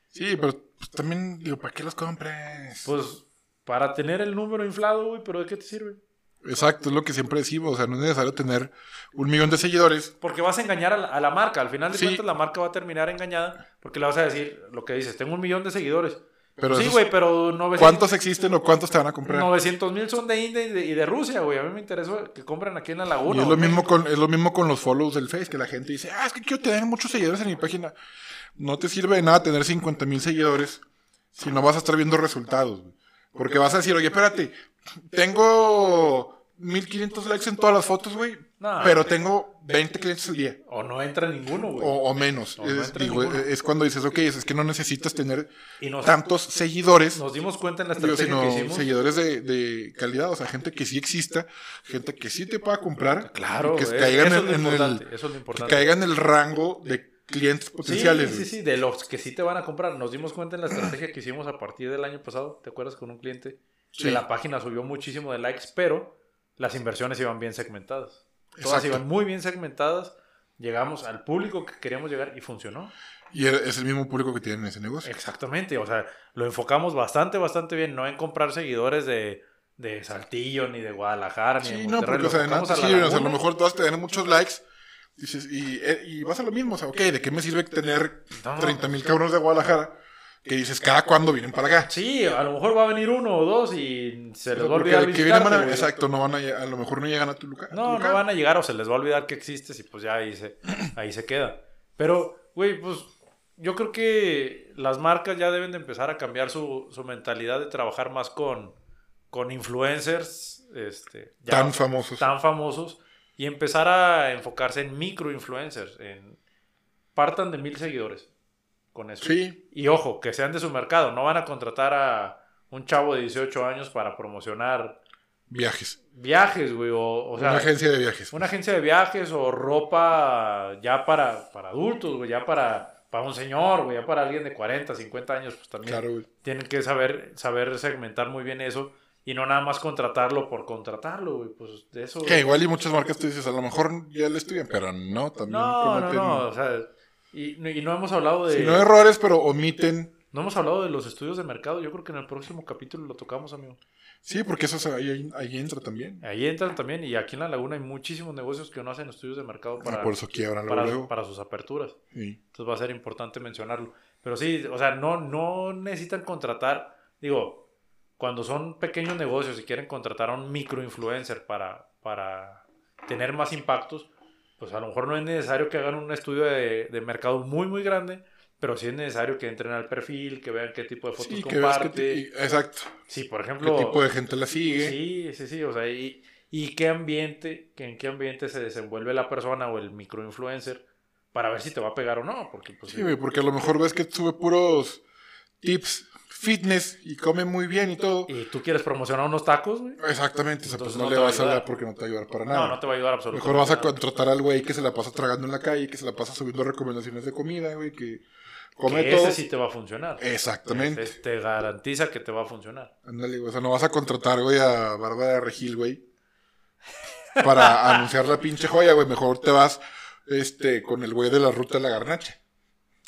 S1: Sí, pero pues, también, digo, ¿para qué los compres?
S2: Pues, para tener el número inflado, güey, pero ¿de qué te sirve?
S1: Exacto, es lo que siempre decimos. O sea, no es necesario tener un millón de seguidores.
S2: Porque vas a engañar a la, a la marca. Al final de
S1: Sí.
S2: cuentas, la marca va a terminar engañada porque le vas a decir lo que dices. Tengo un millón de seguidores.
S1: Pero
S2: sí,
S1: esos-
S2: güey, pues, pero 900,
S1: ¿Cuántos existen o cuántos te van a comprar?
S2: 900 mil son de India y de, y de Rusia, güey. A mí me interesa que compren aquí en la
S1: y
S2: laguna.
S1: es lo,
S2: güey.
S1: mismo con, es lo mismo con los follows del Face, que la gente dice, ah, es que quiero tener muchos seguidores en mi página. No te sirve de nada tener 50 mil seguidores si no vas a estar viendo resultados. güey. Porque vas a decir, oye, espérate, tengo 1500 likes en todas las fotos, güey,
S2: No.
S1: pero tengo 20 clientes al día.
S2: O no entra ninguno, güey.
S1: O, o menos.
S2: No, no
S1: es,
S2: entra
S1: digo,
S2: ninguno.
S1: es cuando dices, ok, es que no necesitas tener
S2: Y nos,
S1: tantos seguidores.
S2: nos dimos cuenta en la
S1: Digo,
S2: estrategia
S1: sino
S2: que hicimos.
S1: seguidores de, de calidad, o sea, gente que sí exista, gente que sí te pueda comprar.
S2: Claro,
S1: y que
S2: güey,
S1: caigan
S2: eso,
S1: en,
S2: es lo
S1: en
S2: importante,
S1: el,
S2: eso es lo
S1: que
S2: importante.
S1: caigan en el rango de clientes potenciales.
S2: Sí, sí,
S1: güey.
S2: sí, de los que sí te van a comprar. Nos dimos cuenta en la estrategia que hicimos a partir del año pasado, ¿te acuerdas? Con un cliente
S1: Sí.
S2: que la página subió muchísimo de likes, pero las inversiones iban bien segmentadas. Todas
S1: Exacto.
S2: iban muy bien segmentadas. Llegamos al público que queríamos llegar y funcionó.
S1: Y e- es el mismo público que tienen ese negocio.
S2: Exactamente, o sea, lo enfocamos bastante, bastante bien, no en comprar seguidores de, de Saltillo, ni de Guadalajara, ni de
S1: Sí, no,
S2: Monterrey.
S1: porque
S2: lo
S1: o sea, de nada
S2: enfocamos
S1: te
S2: a la
S1: sirven, o sea, a
S2: laguna.
S1: lo mejor todas te dan muchos likes. Dices, y, eh, y vas a lo mismo, o sea, ok, ¿de qué me sirve tener
S2: No, no.
S1: 30 mil cabrones de Guadalajara? Que dices, cada cuándo vienen para acá.
S2: Sí, a lo mejor va a venir uno o dos y se
S1: O sea,
S2: les va a
S1: porque
S2: olvidar
S1: de que vienen van a-
S2: visitarte, güey.
S1: exacto, no van a, lle- a lo mejor no llegan a tu lugar. a tu
S2: No,
S1: lugar.
S2: no van a llegar o se les va a olvidar que existes y pues ya ahí se, ahí se queda. Pero, güey, pues yo creo que las marcas ya deben de empezar a cambiar su, su mentalidad de trabajar más con, con influencers este, ya
S1: tan famosos.
S2: tan famosos y empezar a enfocarse en micro influencers. En, partan de mil seguidores con eso.
S1: Sí,
S2: Y ojo, que sean de su mercado. No van a contratar a un chavo de 18 años para promocionar
S1: viajes.
S2: viajes, güey. O, o sea,
S1: una agencia de viajes.
S2: una agencia de viajes o ropa ya para, para adultos, güey, ya para, para un señor, güey, ya para alguien de 40, 50 años, pues también
S1: Claro, güey.
S2: tienen que saber, saber segmentar muy bien eso y no nada más contratarlo por contratarlo, güey, pues de eso...
S1: Que igual y muchas marcas tú dices, a lo mejor ya le estudian, pero no, también
S2: no, no,
S1: cometen.
S2: no, o sea, y, no- y no hemos hablado de...
S1: Si no errores, pero omiten.
S2: no hemos hablado de los estudios de mercado, yo creo que en el próximo capítulo lo tocamos, amigo.
S1: Sí, porque eso se- ahí, ahí entra también.
S2: Ahí entran también y aquí en La Laguna hay muchísimos negocios que no hacen estudios de mercado para,
S1: Ah, por eso quiebran luego.
S2: para,
S1: luego.
S2: para sus aperturas.
S1: Sí.
S2: Entonces va a ser importante mencionarlo. Pero sí, o sea, no, no necesitan contratar, digo, cuando son pequeños negocios y quieren contratar a un microinfluencer para, para tener más impactos, pues a lo mejor no es necesario que hagan un estudio de, de mercado muy, muy grande, pero sí es necesario que entren al perfil, que vean qué tipo de fotos
S1: Sí, que ves que
S2: comparte.
S1: te- y- exacto.
S2: Sí, por
S1: ¿Qué
S2: ejemplo.
S1: tipo de gente la sigue?
S2: Sí, sí, sí, o sea, y, y qué ambiente, que en qué ambiente se desenvuelve la persona o el microinfluencer para ver si te va a pegar o no, porque pues
S1: Sí, güey, porque a lo mejor ves que sube puros tips fitness y come muy bien y todo.
S2: y tú quieres promocionar unos tacos, güey.
S1: Exactamente, o sea, pues
S2: Entonces
S1: no,
S2: no
S1: le
S2: te va a
S1: vas a hablar
S2: ayudar.
S1: porque no te va a ayudar para nada.
S2: No, no te va a ayudar
S1: Mejor
S2: absolutamente.
S1: vas a
S2: nada.
S1: contratar al güey que se la pasa tragando en la calle, que se la pasa subiendo recomendaciones de comida, güey, que come
S2: Que
S1: todo.
S2: ese sí te va a funcionar.
S1: Exactamente.
S2: Ese te garantiza que te va a funcionar.
S1: Ándale, güey. O sea, no vas a contratar, güey, a Bárbara Regil, güey. Para anunciar la pinche joya, güey. Mejor te vas este, con el güey de la ruta de la garnacha.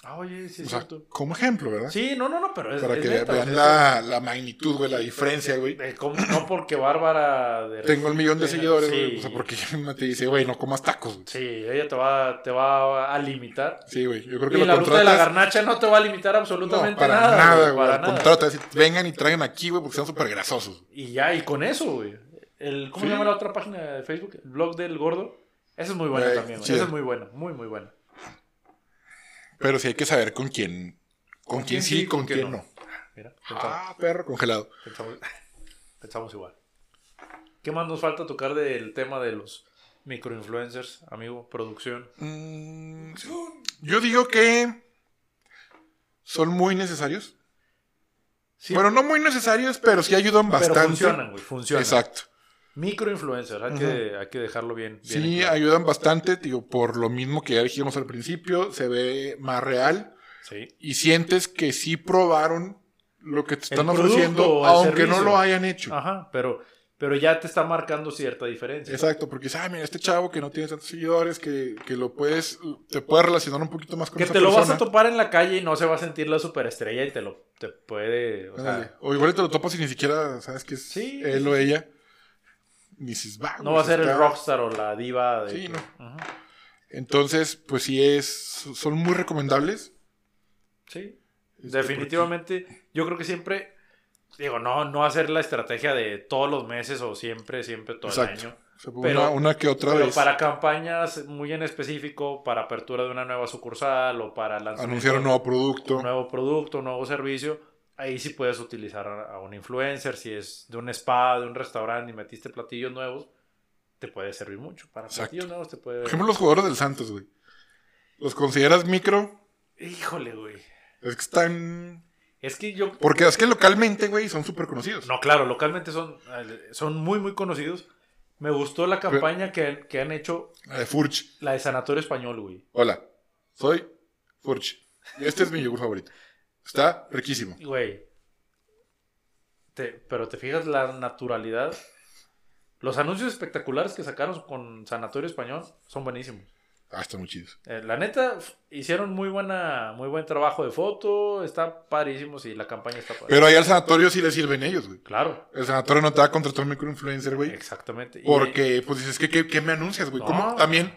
S2: Ah, oye, sí
S1: O
S2: es
S1: sea,
S2: cierto.
S1: como ejemplo, ¿verdad?
S2: Sí, no, no, no, pero es
S1: Para
S2: es
S1: que
S2: neta, o sea,
S1: vean la, la magnitud, güey, la diferencia, güey.
S2: de cómo- no porque Bárbara de-
S1: Tengo el millón de
S2: Sí.
S1: seguidores, güey. O sea, porque ella misma te dice, güey, no comas tacos, güey.
S2: Sí, ella te va te va a limitar.
S1: Sí, güey. Yo creo que
S2: Y
S1: lo
S2: la ruta de la
S1: contratas.
S2: garnacha no te va a limitar absolutamente
S1: No, para
S2: nada.
S1: nada,
S2: güey,
S1: güey.
S2: para
S1: Al
S2: nada.
S1: contrario, te vas a decir, vengan y traigan aquí, güey, porque son súper grasosos.
S2: Y ya, y con eso, güey. El, ¿Cómo
S1: Sí.
S2: se llama la otra página de Facebook? El blog del gordo. Esa es muy buena
S1: Güey,
S2: también, güey.
S1: chida.
S2: Esa es muy buena, muy, muy buena.
S1: Pero sí hay que saber con quién. Con, quién sí y con quién, no.
S2: Mira, pensamos,
S1: Ah, perro congelado.
S2: pensamos- pensamos igual. ¿Qué más nos falta tocar del tema de los microinfluencers, amigo? Producción.
S1: Mm, yo digo que son muy necesarios.
S2: Sí,
S1: Bueno, no muy necesarios, pero sí ayudan
S2: pero
S1: bastante.
S2: funcionan, güey, funcionan.
S1: Exacto.
S2: Microinfluencers, hay, que, hay que dejarlo bien. bien en
S1: Sí,
S2: claro.
S1: ayudan bastante, digo, por lo mismo que ya dijimos al principio, se ve más real
S2: Sí,
S1: y sientes que sí probaron lo que te
S2: El
S1: están
S2: producto,
S1: ofreciendo,
S2: el
S1: aunque no
S2: servicio.
S1: lo hayan hecho.
S2: ajá, pero, pero ya te está marcando cierta diferencia.
S1: Exacto, porque dices, ah, mira, este chavo que no tiene tantos seguidores, que, que lo puedes, te puedes relacionar un poquito más con
S2: Que
S1: esa
S2: te lo vas
S1: persona.
S2: a topar en la calle y no se va a sentir la superestrella y te lo te puede. O sea,
S1: Ándale. O igual y te lo topas y ni siquiera sabes que es
S2: Sí.
S1: él o ella. Ni dices, va,
S2: no
S1: güey,
S2: va a ser el
S1: está-
S2: rockstar o la diva. De
S1: Sí, no.
S2: Ujú.
S1: Entonces, pues sí es, son muy recomendables.
S2: Sí.
S1: Este,
S2: Definitivamente, yo creo que siempre. Digo, no, no hacer la estrategia de todos los meses o siempre, siempre, todo
S1: Exacto.
S2: el año.
S1: porque- o sea, una,
S2: Pero-
S1: una que otra
S2: Pero
S1: vez
S2: para campañas muy en específico, para apertura de una nueva sucursal o para lanzamiento
S1: anunciar un nuevo producto.
S2: un nuevo producto, un nuevo servicio, ahí sí puedes utilizar a a un influencer, si es de un spa, de un restaurante y metiste platillos nuevos, te puede servir mucho. Para
S1: Exacto.
S2: platillos nuevos te
S1: Por
S2: puede...
S1: ejemplo, los jugadores del Santos, güey. ¿Los consideras micro?
S2: Híjole, güey.
S1: Es que están...
S2: Es que yo...
S1: Porque es que localmente, güey, son súper conocidos.
S2: No, claro, localmente son, eh, son muy, muy conocidos. Me gustó la campaña que, que han hecho
S1: La de Furch.
S2: la de Sanatorio Español, güey.
S1: Hola, soy Furch. Y este es mi yogur favorito. Está riquísimo.
S2: Güey. Te- pero te fijas la naturalidad. Los anuncios espectaculares que sacaron con Sanatorio Español son buenísimos.
S1: Ah, están muy chidos.
S2: Eh, la neta, f- hicieron muy buena, muy buen trabajo de foto, está padrísimo, sí, la campaña está padre.
S1: Pero ahí al sanatorio sí le sirven ellos, güey.
S2: claro,
S1: El sanatorio no te va a contratar un microinfluencer, güey.
S2: exactamente. Y-
S1: Porque, pues dices, ¿qué, qué, qué me anuncias, güey?
S2: No.
S1: ¿Cómo, también,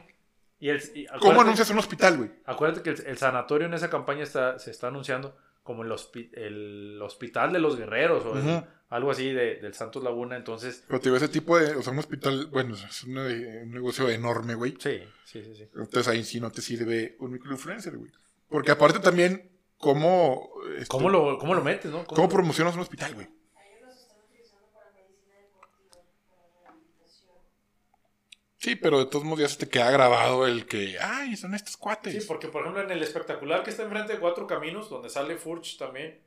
S2: y el- y acuérdate-
S1: ¿cómo anuncias un hospital, güey?
S2: Acuérdate que el, el sanatorio en esa campaña está, se está anunciando como el, hospi- el hospital de los guerreros o el-
S1: Ujú.
S2: algo así de- del Santos Laguna, entonces,
S1: Pero te digo, ese tipo de. O sea, un hospital, bueno, es una de- un negocio enorme, güey.
S2: sí, sí, sí, sí.
S1: Entonces ahí sí no te sirve un microinfluencer, güey. Porque aparte también, ¿cómo. este,
S2: ¿Cómo lo, cómo lo metes, no?
S1: ¿Cómo promocionas un hospital, güey?
S3: A ellos los están utilizando para medicina deportiva, para rehabilitación.
S1: Sí, pero de todos modos ya se te queda grabado el que. ¡Ay, son estos cuates!
S2: Sí, porque por ejemplo en el espectacular que está enfrente de Cuatro Caminos, donde sale Furch también,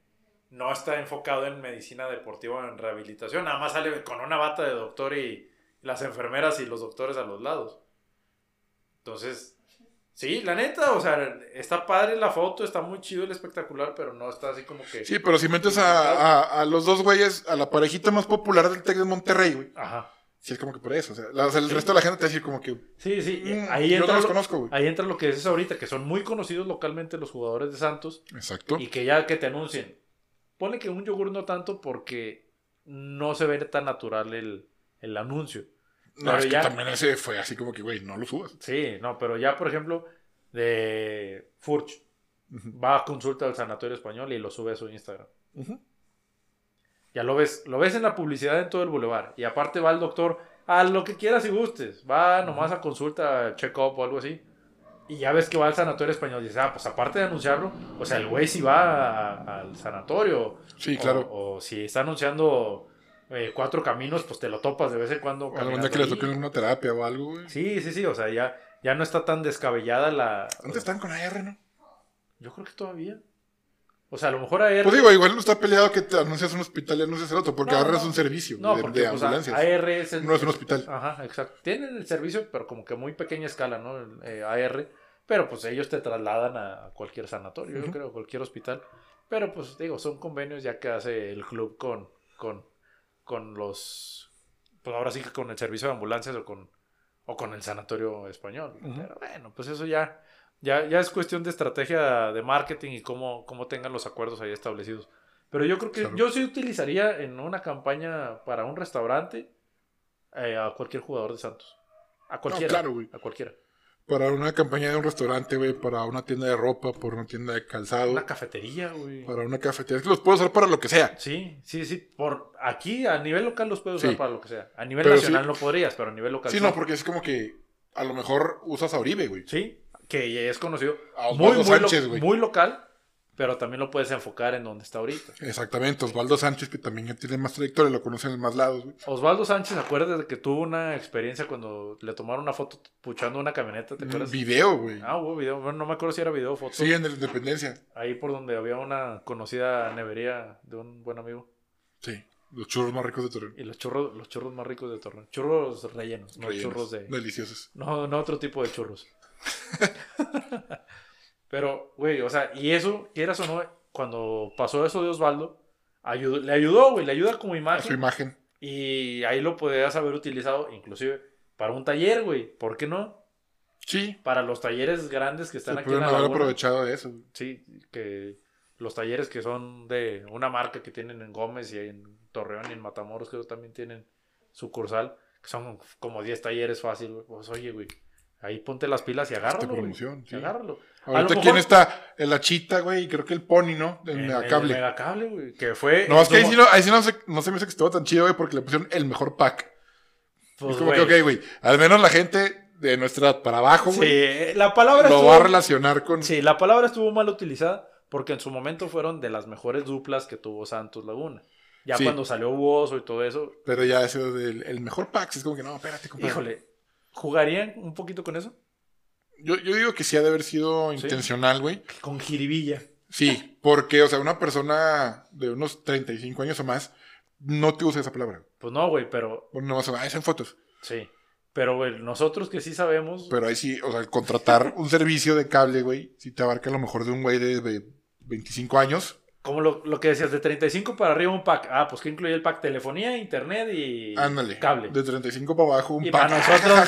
S2: no está enfocado en medicina deportiva o en rehabilitación, nada más sale con una bata de doctor y las enfermeras y los doctores a los lados. Entonces, sí, la neta, o sea, está padre la foto, está muy chido el espectacular, pero no está así como que...
S1: Sí, pero si metes a, a- a los dos güeyes, a la parejita más popular del Tec de Monterrey, güey.
S2: Ajá.
S1: Sí, es como que por eso. O sea, la- o sea, el resto de la gente te va a decir como que.
S2: Sí, sí, y
S1: "Mm,
S2: ahí
S1: yo no
S2: entra,
S1: los
S2: lo, Ah,
S1: conozco, güey.
S2: ahí entra lo que dices ahorita, que son muy conocidos localmente los jugadores de Santos.
S1: Exacto.
S2: Y que ya que te anuncien. Pone que un yogur no tanto porque no se ve tan natural el, el anuncio.
S1: No, es
S2: pero
S1: que
S2: ya-
S1: también ese fue así como que, güey, no lo subas.
S2: Sí, no, pero ya, por ejemplo, de Furch va a consulta al Sanatorio Español y lo sube a su Instagram. Ya lo ves, lo ves en la publicidad en todo el bulevar. Y aparte va el doctor A lo que quieras y gustes. Va nomás a consulta, check-up o algo así. Y ya ves que va al sanatorio español. Y dices, ah, pues aparte de anunciarlo, o sea, el güey sí va a- al sanatorio.
S1: Sí,
S2: O-
S1: claro.
S2: O, si está anunciando eh, cuatro caminos, pues te lo topas de vez en cuando.
S1: O a la banda
S2: caminando
S1: que le
S2: ahí.
S1: toquen alguna terapia o algo, güey.
S2: Sí, sí, sí. O sea, ya, ya no está tan descabellada la.
S1: Antes estaban con AR, ¿no?
S2: Yo creo que todavía. O sea, a lo mejor AR.
S1: Pues digo, igual no está peleado que te anuncias un hospital y anuncias el otro, porque
S2: No,
S1: AR es
S2: no.
S1: un servicio
S2: no,
S1: de,
S2: porque
S1: de
S2: pues,
S1: ambulancias.
S2: AR es el-
S1: No es un hospital.
S2: Ajá, exacto. Tienen el servicio, pero como que a muy pequeña escala, ¿no? El, eh, AR. Pero pues ellos te trasladan a cualquier sanatorio, yo
S1: Ujú.
S2: creo, cualquier hospital. Pero pues digo, son convenios ya que hace el club con, con, con los. Pues ahora sí que con el servicio de ambulancias o con, o con el sanatorio español.
S1: Ujú.
S2: Pero bueno, pues eso ya, ya, ya es cuestión de estrategia de marketing y cómo, cómo tengan los acuerdos ahí establecidos. Pero yo creo que
S1: Claro.
S2: yo sí utilizaría en una campaña para un restaurante eh, a cualquier jugador de Santos. A cualquiera.
S1: claro, güey.
S2: A cualquiera.
S1: Para una campaña de un restaurante, güey, para una tienda de ropa, por una tienda de calzado,
S2: Una cafetería, güey.
S1: para una cafetería. Es que los puedes usar para lo que sea.
S2: Sí, sí, sí. Por aquí, a nivel local los puedes usar
S1: Sí.
S2: para lo que sea. A nivel
S1: Pero
S2: nacional
S1: sí.
S2: no podrías, pero a nivel local.
S1: Sí, no, porque es como que a lo mejor usas a Oribe, güey.
S2: Sí, que ya es conocido.
S1: A
S2: Muy,
S1: Osvaldo
S2: muy,
S1: Sánchez,
S2: lo-
S1: güey.
S2: muy local, pero también lo puedes enfocar en donde está ahorita.
S1: Exactamente, Osvaldo Sánchez, que también ya tiene más trayectoria, lo conocen en más lados, güey.
S2: Osvaldo Sánchez, acuérdate que tuvo una experiencia cuando le tomaron una foto puchando una camioneta, ¿te acuerdas?
S1: Video, güey.
S2: Ah, hubo video. Bueno, no me acuerdo si era video o foto.
S1: Mm, Sí, en la Independencia.
S2: Ahí por donde había una conocida nevería de un buen amigo.
S1: Sí, los churros más ricos de Torreón.
S2: Y los churros, los churros más ricos de Torreón. Churros rellenos, no
S1: Rellenos.
S2: churros de.
S1: Deliciosos.
S2: No, no otro tipo de churros. Pero, güey, o sea, y eso, quieras o no, cuando pasó eso de Osvaldo, ayudó, le ayudó, güey, le ayuda como
S1: A su
S2: imagen.
S1: imagen.
S2: Y ahí lo podrías haber utilizado inclusive para un taller, güey. ¿Por qué no?
S1: Sí,
S2: Para los talleres grandes que
S1: se
S2: están aquí en
S1: pudieron
S2: la
S1: haber
S2: laguna.
S1: aprovechado de eso. güey.
S2: Sí, que los talleres que son de una marca que tienen en Gómez y en Torreón y en Matamoros, creo que también tienen sucursal, que son como 10 talleres fácil, güey. Pues oye, güey, ahí ponte las pilas y agárralo.
S1: Esta
S2: güey.
S1: promoción, sí.
S2: Agárralo. A lo
S1: Ahorita,
S2: mejor-
S1: ¿quién está? En la chita, güey, y creo que el pony, ¿no? Del
S2: En
S1: megacable.
S2: El megacable, güey. Que fue.
S1: No, es que ahí
S2: como-
S1: sí, no, ahí sí no, se, no se me hizo que estuvo tan chido, güey, porque le pusieron el mejor pack.
S2: pues,
S1: es como que,
S2: güey,
S1: ok, güey, al menos la gente de nuestra edad para abajo, güey,
S2: Sí, la palabra
S1: lo
S2: estuvo-
S1: va a relacionar con...
S2: Sí, la palabra estuvo mal utilizada porque en su momento fueron de las mejores duplas que tuvo Santos Laguna. Ya
S1: Sí.
S2: cuando salió Buoso y todo eso,
S1: Pero ya eso del el mejor pack, es como que, no, espérate, compadre.
S2: híjole, ¿jugarían un poquito con eso?
S1: Yo, yo digo que sí ha de haber sido
S2: Sí.
S1: intencional, güey.
S2: Con jiribilla.
S1: Sí, porque, o sea, una persona de unos 35 años o más no te usa esa palabra.
S2: Pues no, güey, pero
S1: Bueno, no vas a ah, es en fotos.
S2: sí. Pero, güey, nosotros que sí sabemos.
S1: Pero ahí sí, o sea, el contratar un servicio de cable, güey, si te abarca a lo mejor de un güey de, de 25 años,
S2: Como lo, lo que decías, de 35 para arriba un pack. Ah, pues que incluye el pack telefonía, internet y
S1: ándale.
S2: cable.
S1: De 35 para abajo, un
S2: y
S1: pack.
S2: para nosotros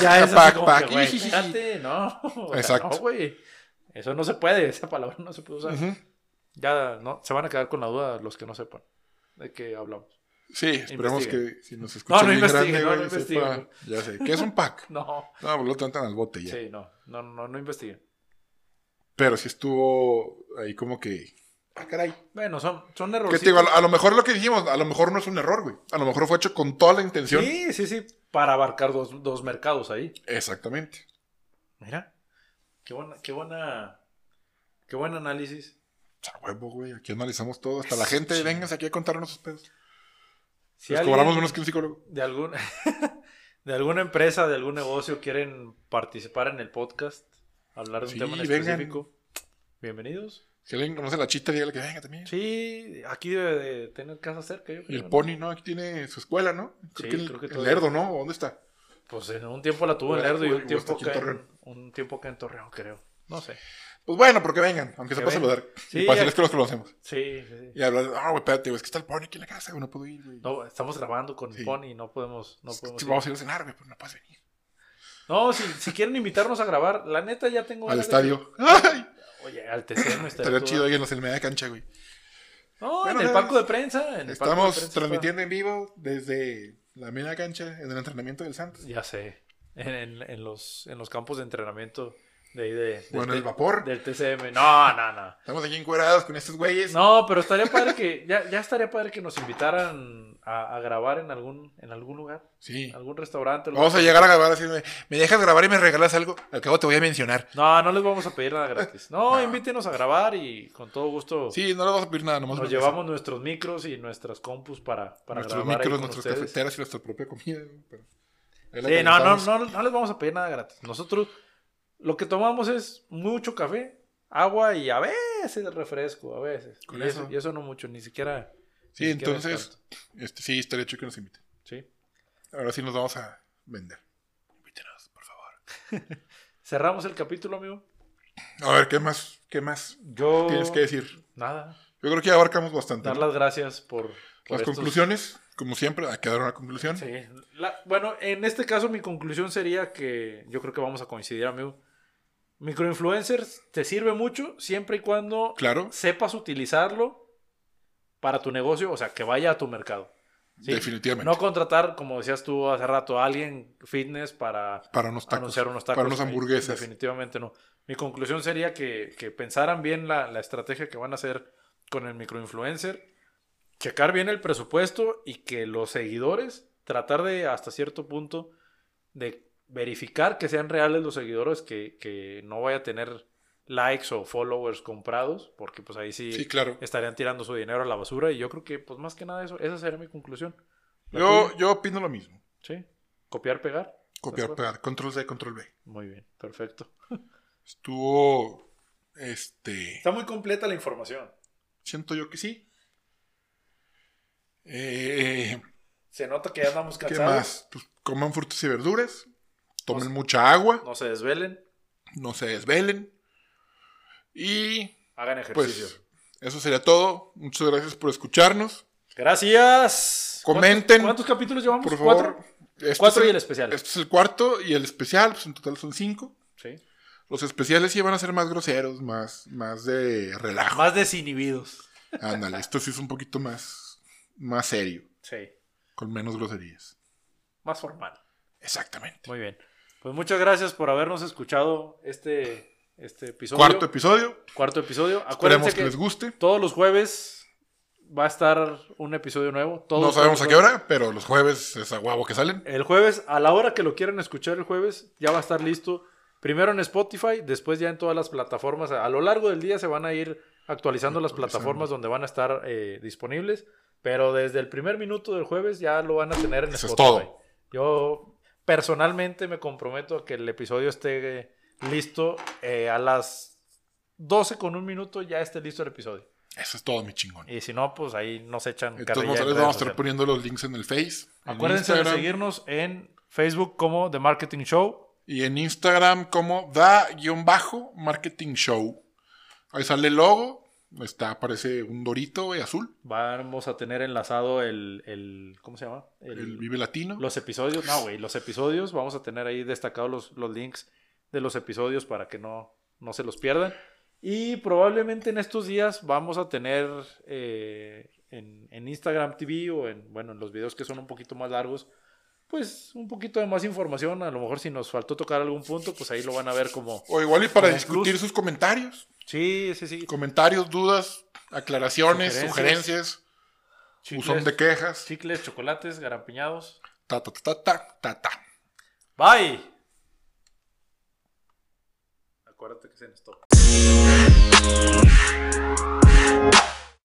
S2: ya es así
S1: pack,
S2: como
S1: pack.
S2: que, güey,
S1: Iji, iji, iji.
S2: espérate, no. o sea,
S1: Exacto.
S2: no, güey. Eso no se puede, esa palabra no se puede usar.
S1: Ujú.
S2: Ya no, se van a quedar con la duda los que no sepan de qué hablamos.
S1: Sí, esperemos
S2: Investiguen.
S1: que si nos escuchan
S2: no
S1: bien grande,
S2: investiguen, no, no
S1: güey,
S2: investiguen.
S1: sepa- ya sé, que es un pack.
S2: No,
S1: No, pues lo tratan al bote ya.
S2: sí, no, no, no, no investiguen.
S1: Pero sí estuvo ahí como que, ah, caray.
S2: Bueno, son, son
S1: Que
S2: errores.
S1: te digo, a lo- a lo mejor lo que dijimos, a lo mejor no es un error, güey. A lo mejor fue hecho con toda la intención.
S2: Sí, sí, sí, para abarcar dos, dos mercados ahí.
S1: Exactamente.
S2: Mira, qué buena, qué buena, qué buen análisis.
S1: O sea, huevo, güey. Aquí analizamos todo. Hasta la gente,
S2: Sí.
S1: vénganse aquí a contarnos sus pedos.
S2: Si
S1: Les
S2: alguien
S1: cobramos menos que un psicólogo.
S2: de algún, de alguna empresa, de algún negocio quieren participar en el podcast, hablar de un
S1: Sí,
S2: tema en
S1: vengan.
S2: específico, bienvenidos.
S1: Si alguien conoce la chita, dígale que venga también.
S2: Sí, aquí debe de tener casa cerca. Yo
S1: Y
S2: creo,
S1: el
S2: ¿no?
S1: pony, ¿no? Aquí tiene su escuela, ¿no?
S2: Sí,
S1: Creo que el,
S2: creo que
S1: el
S2: todavía.
S1: Lerdo, ¿no? ¿O ¿Dónde está?
S2: Pues en un tiempo la tuvo en
S1: Bueno,
S2: Lerdo y
S1: bueno,
S2: un
S1: bueno, está
S2: tiempo,
S1: aquí
S2: que
S1: en
S2: en, un tiempo que en Torreón, creo. No sé.
S1: Pues bueno, porque vengan, aunque sea
S2: Que
S1: para
S2: vengan.
S1: saludar.
S2: Sí,
S1: y para
S2: ya-
S1: decirles que los conocemos.
S2: Sí, sí, sí.
S1: Y hablar, ah, güey, espérate, güey, es que está el pony aquí en la casa, güey, no puedo ir, güey.
S2: No, estamos grabando con
S1: Sí.
S2: Pony y no podemos, no
S1: Es que
S2: podemos.
S1: si
S2: ir.
S1: vamos a ir a cenar, güey, pues no puedes venir.
S2: No, si, si quieren invitarnos a grabar, la neta ya tengo.
S1: Al
S2: ganas de-
S1: estadio. ¡Ay!
S2: Oye, al TCM estaría
S1: Estaría
S2: todo.
S1: chido ahí en la media cancha, güey.
S2: No,
S1: Bueno,
S2: en
S1: ya
S2: el palco
S1: ves.
S2: de prensa. en el palco de
S1: Estamos
S2: prensa
S1: transmitiendo en vivo desde la media cancha en el entrenamiento del Santos.
S2: está- Ya sé. En, en- en los, en los campos de entrenamiento De ahí de, del
S1: Bueno,
S2: T-
S1: el vapor.
S2: Del TCM. No, no, no.
S1: Estamos aquí encuerados con estos güeyes.
S2: No, pero estaría padre que. Ya, ya estaría padre que nos invitaran a, a grabar en algún, en algún lugar.
S1: Sí.
S2: En algún restaurante. algún-
S1: Vamos a llegar a grabar así. Me, me dejas grabar y me regalas algo. Al cabo te voy a mencionar.
S2: No, no les vamos a pedir nada gratis. No,
S1: No.
S2: invítenos a grabar y con todo gusto
S1: Sí, no le vas a pedir nada, nomás
S2: Pues nos
S1: una
S2: llevamos nuestros micros y nuestras compus para,
S1: cosa.
S2: para
S1: nuestros
S2: grabar. ahí
S1: micros,
S2: con
S1: nuestras
S2: ustedes.
S1: cafeteras y nuestra propia comida. güey, pero- ahí la
S2: Sí, no, no,
S1: calentamos.
S2: no, no les vamos a pedir nada gratis. Nosotros lo que tomamos es mucho café, agua y a veces refresco, a veces.
S1: Con
S2: y, eso.
S1: eso.
S2: y eso no mucho, ni siquiera.
S1: Sí,
S2: ni siquiera
S1: entonces-
S2: tanto.
S1: Este, sí, estaría hecho que nos inviten.
S2: Sí.
S1: Ahora sí nos vamos a vender. Invítenos, por favor.
S2: Cerramos el capítulo, amigo.
S1: A ver, ¿qué más? ¿Qué más
S2: Yo.
S1: tienes que decir?
S2: Nada.
S1: Yo creo que ya abarcamos bastante.
S2: Dar
S1: ¿no?
S2: las gracias por. por
S1: Las
S2: estos-
S1: conclusiones, como siempre, hay que dar una conclusión.
S2: Sí. La- bueno, en este caso mi conclusión sería que yo creo que vamos a coincidir, amigo. Microinfluencers te sirve mucho siempre y cuando
S1: Claro,
S2: sepas utilizarlo para tu negocio, o sea, que vaya a tu mercado. Sí.
S1: definitivamente.
S2: No contratar, como decías tú hace rato, a alguien fitness para
S1: para unos tacos.
S2: anunciar unos tacos.
S1: Para unas
S2: Sí,
S1: hamburguesas.
S2: Definitivamente no. Mi conclusión sería que, que pensaran bien la, la estrategia que van a hacer con el microinfluencer, checar bien el presupuesto y que los seguidores, tratar de hasta cierto punto de verificar que sean reales los seguidores, que, que no vaya a tener likes o followers comprados, porque pues ahí sí,
S1: Sí, claro.
S2: estarían tirando su dinero a la basura y yo creo que pues más que nada eso, esa sería mi conclusión. ¿La
S1: Yo,
S2: tuya?
S1: yo opino lo mismo.
S2: Sí. Copiar, pegar.
S1: Copiar,
S2: Tal cual.
S1: pegar. Control C, control B.
S2: Muy bien, perfecto.
S1: Estuvo. Este.
S2: Está muy completa la información.
S1: Siento yo que sí. Eh,
S2: Se nota que ya andamos
S1: ¿Qué
S2: cansados.
S1: más? Pues coman frutas y verduras. Tomen
S2: O sea-
S1: mucha agua.
S2: No se desvelen,
S1: No se desvelen. Y
S2: hagan ejercicio.
S1: pues eso sería todo. Muchas gracias por escucharnos.
S2: Gracias.
S1: Comenten.
S2: ¿Cuántos, cuántos capítulos llevamos?
S1: Por favor.
S2: ¿Cuatro?
S1: Este
S2: Cuatro
S1: es
S2: y el especial.
S1: Este es el cuarto y el especial, pues en total son cinco.
S2: Sí.
S1: Los especiales sí van a ser más groseros, más, más de relajo.
S2: Más desinhibidos.
S1: Ándale, esto sí es un poquito más, más serio,
S2: Sí.
S1: con menos groserías.
S2: Más formal.
S1: Exactamente.
S2: Muy bien. Pues muchas gracias por habernos escuchado este, este episodio.
S1: Cuarto episodio,
S2: Cuarto episodio.
S1: esperemos
S2: Acuérdense
S1: que, les guste.
S2: Todos los jueves va a estar un episodio nuevo. Todos
S1: No
S2: los
S1: sabemos a qué
S2: jueves.
S1: hora, pero los jueves es a huevo que salen.
S2: El jueves, a la hora que lo quieran escuchar el jueves, ya va a estar listo. Primero en Spotify, después ya en todas las plataformas. A lo largo del día se van a ir actualizando las
S1: Actualizando.
S2: plataformas donde van a estar eh, disponibles. Pero desde el primer minuto del jueves ya lo van a tener en
S1: Eso es
S2: Spotify.
S1: todo.
S2: Yo personalmente me comprometo a que el episodio esté eh, listo eh, a las 12 con un minuto ya esté listo el episodio.
S1: Eso es todo, mi chingón.
S2: Y si no, pues ahí nos echan
S1: Entonces
S2: carrilla en
S1: nosotros
S2: redes
S1: vamos a estar
S2: sociales.
S1: poniendo los links en el Face. en
S2: Acuérdense de
S1: Instagram,
S2: seguirnos en Facebook como The Marketing Show.
S1: Y en Instagram como da-marketing show. Ahí sale el logo. Está, aparece un dorito güey, azul.
S2: Vamos a tener enlazado el, el ¿cómo se llama?
S1: El,
S2: El-
S1: Vive Latino.
S2: los episodios. No, güey, los episodios. Vamos a tener ahí destacados los, los links de los episodios para que no, no se los pierdan. Y probablemente en estos días vamos a tener eh, en, en Instagram TV o en, bueno, en los videos que son un poquito más largos, pues un poquito de más información. A lo mejor si nos faltó tocar algún punto, pues ahí lo van a ver como...
S1: O igual y para
S2: Como
S1: discutir
S2: plus.
S1: sus comentarios.
S2: Sí, sí, sí.
S1: Comentarios, dudas, aclaraciones,
S2: Sugerencias.
S1: sugerencias, buzón de quejas.
S2: Chicles, chocolates, garampiñados.
S1: Ta, ta, ta, ta, ta, ta.
S2: Bye. Acuérdate que se nos toca.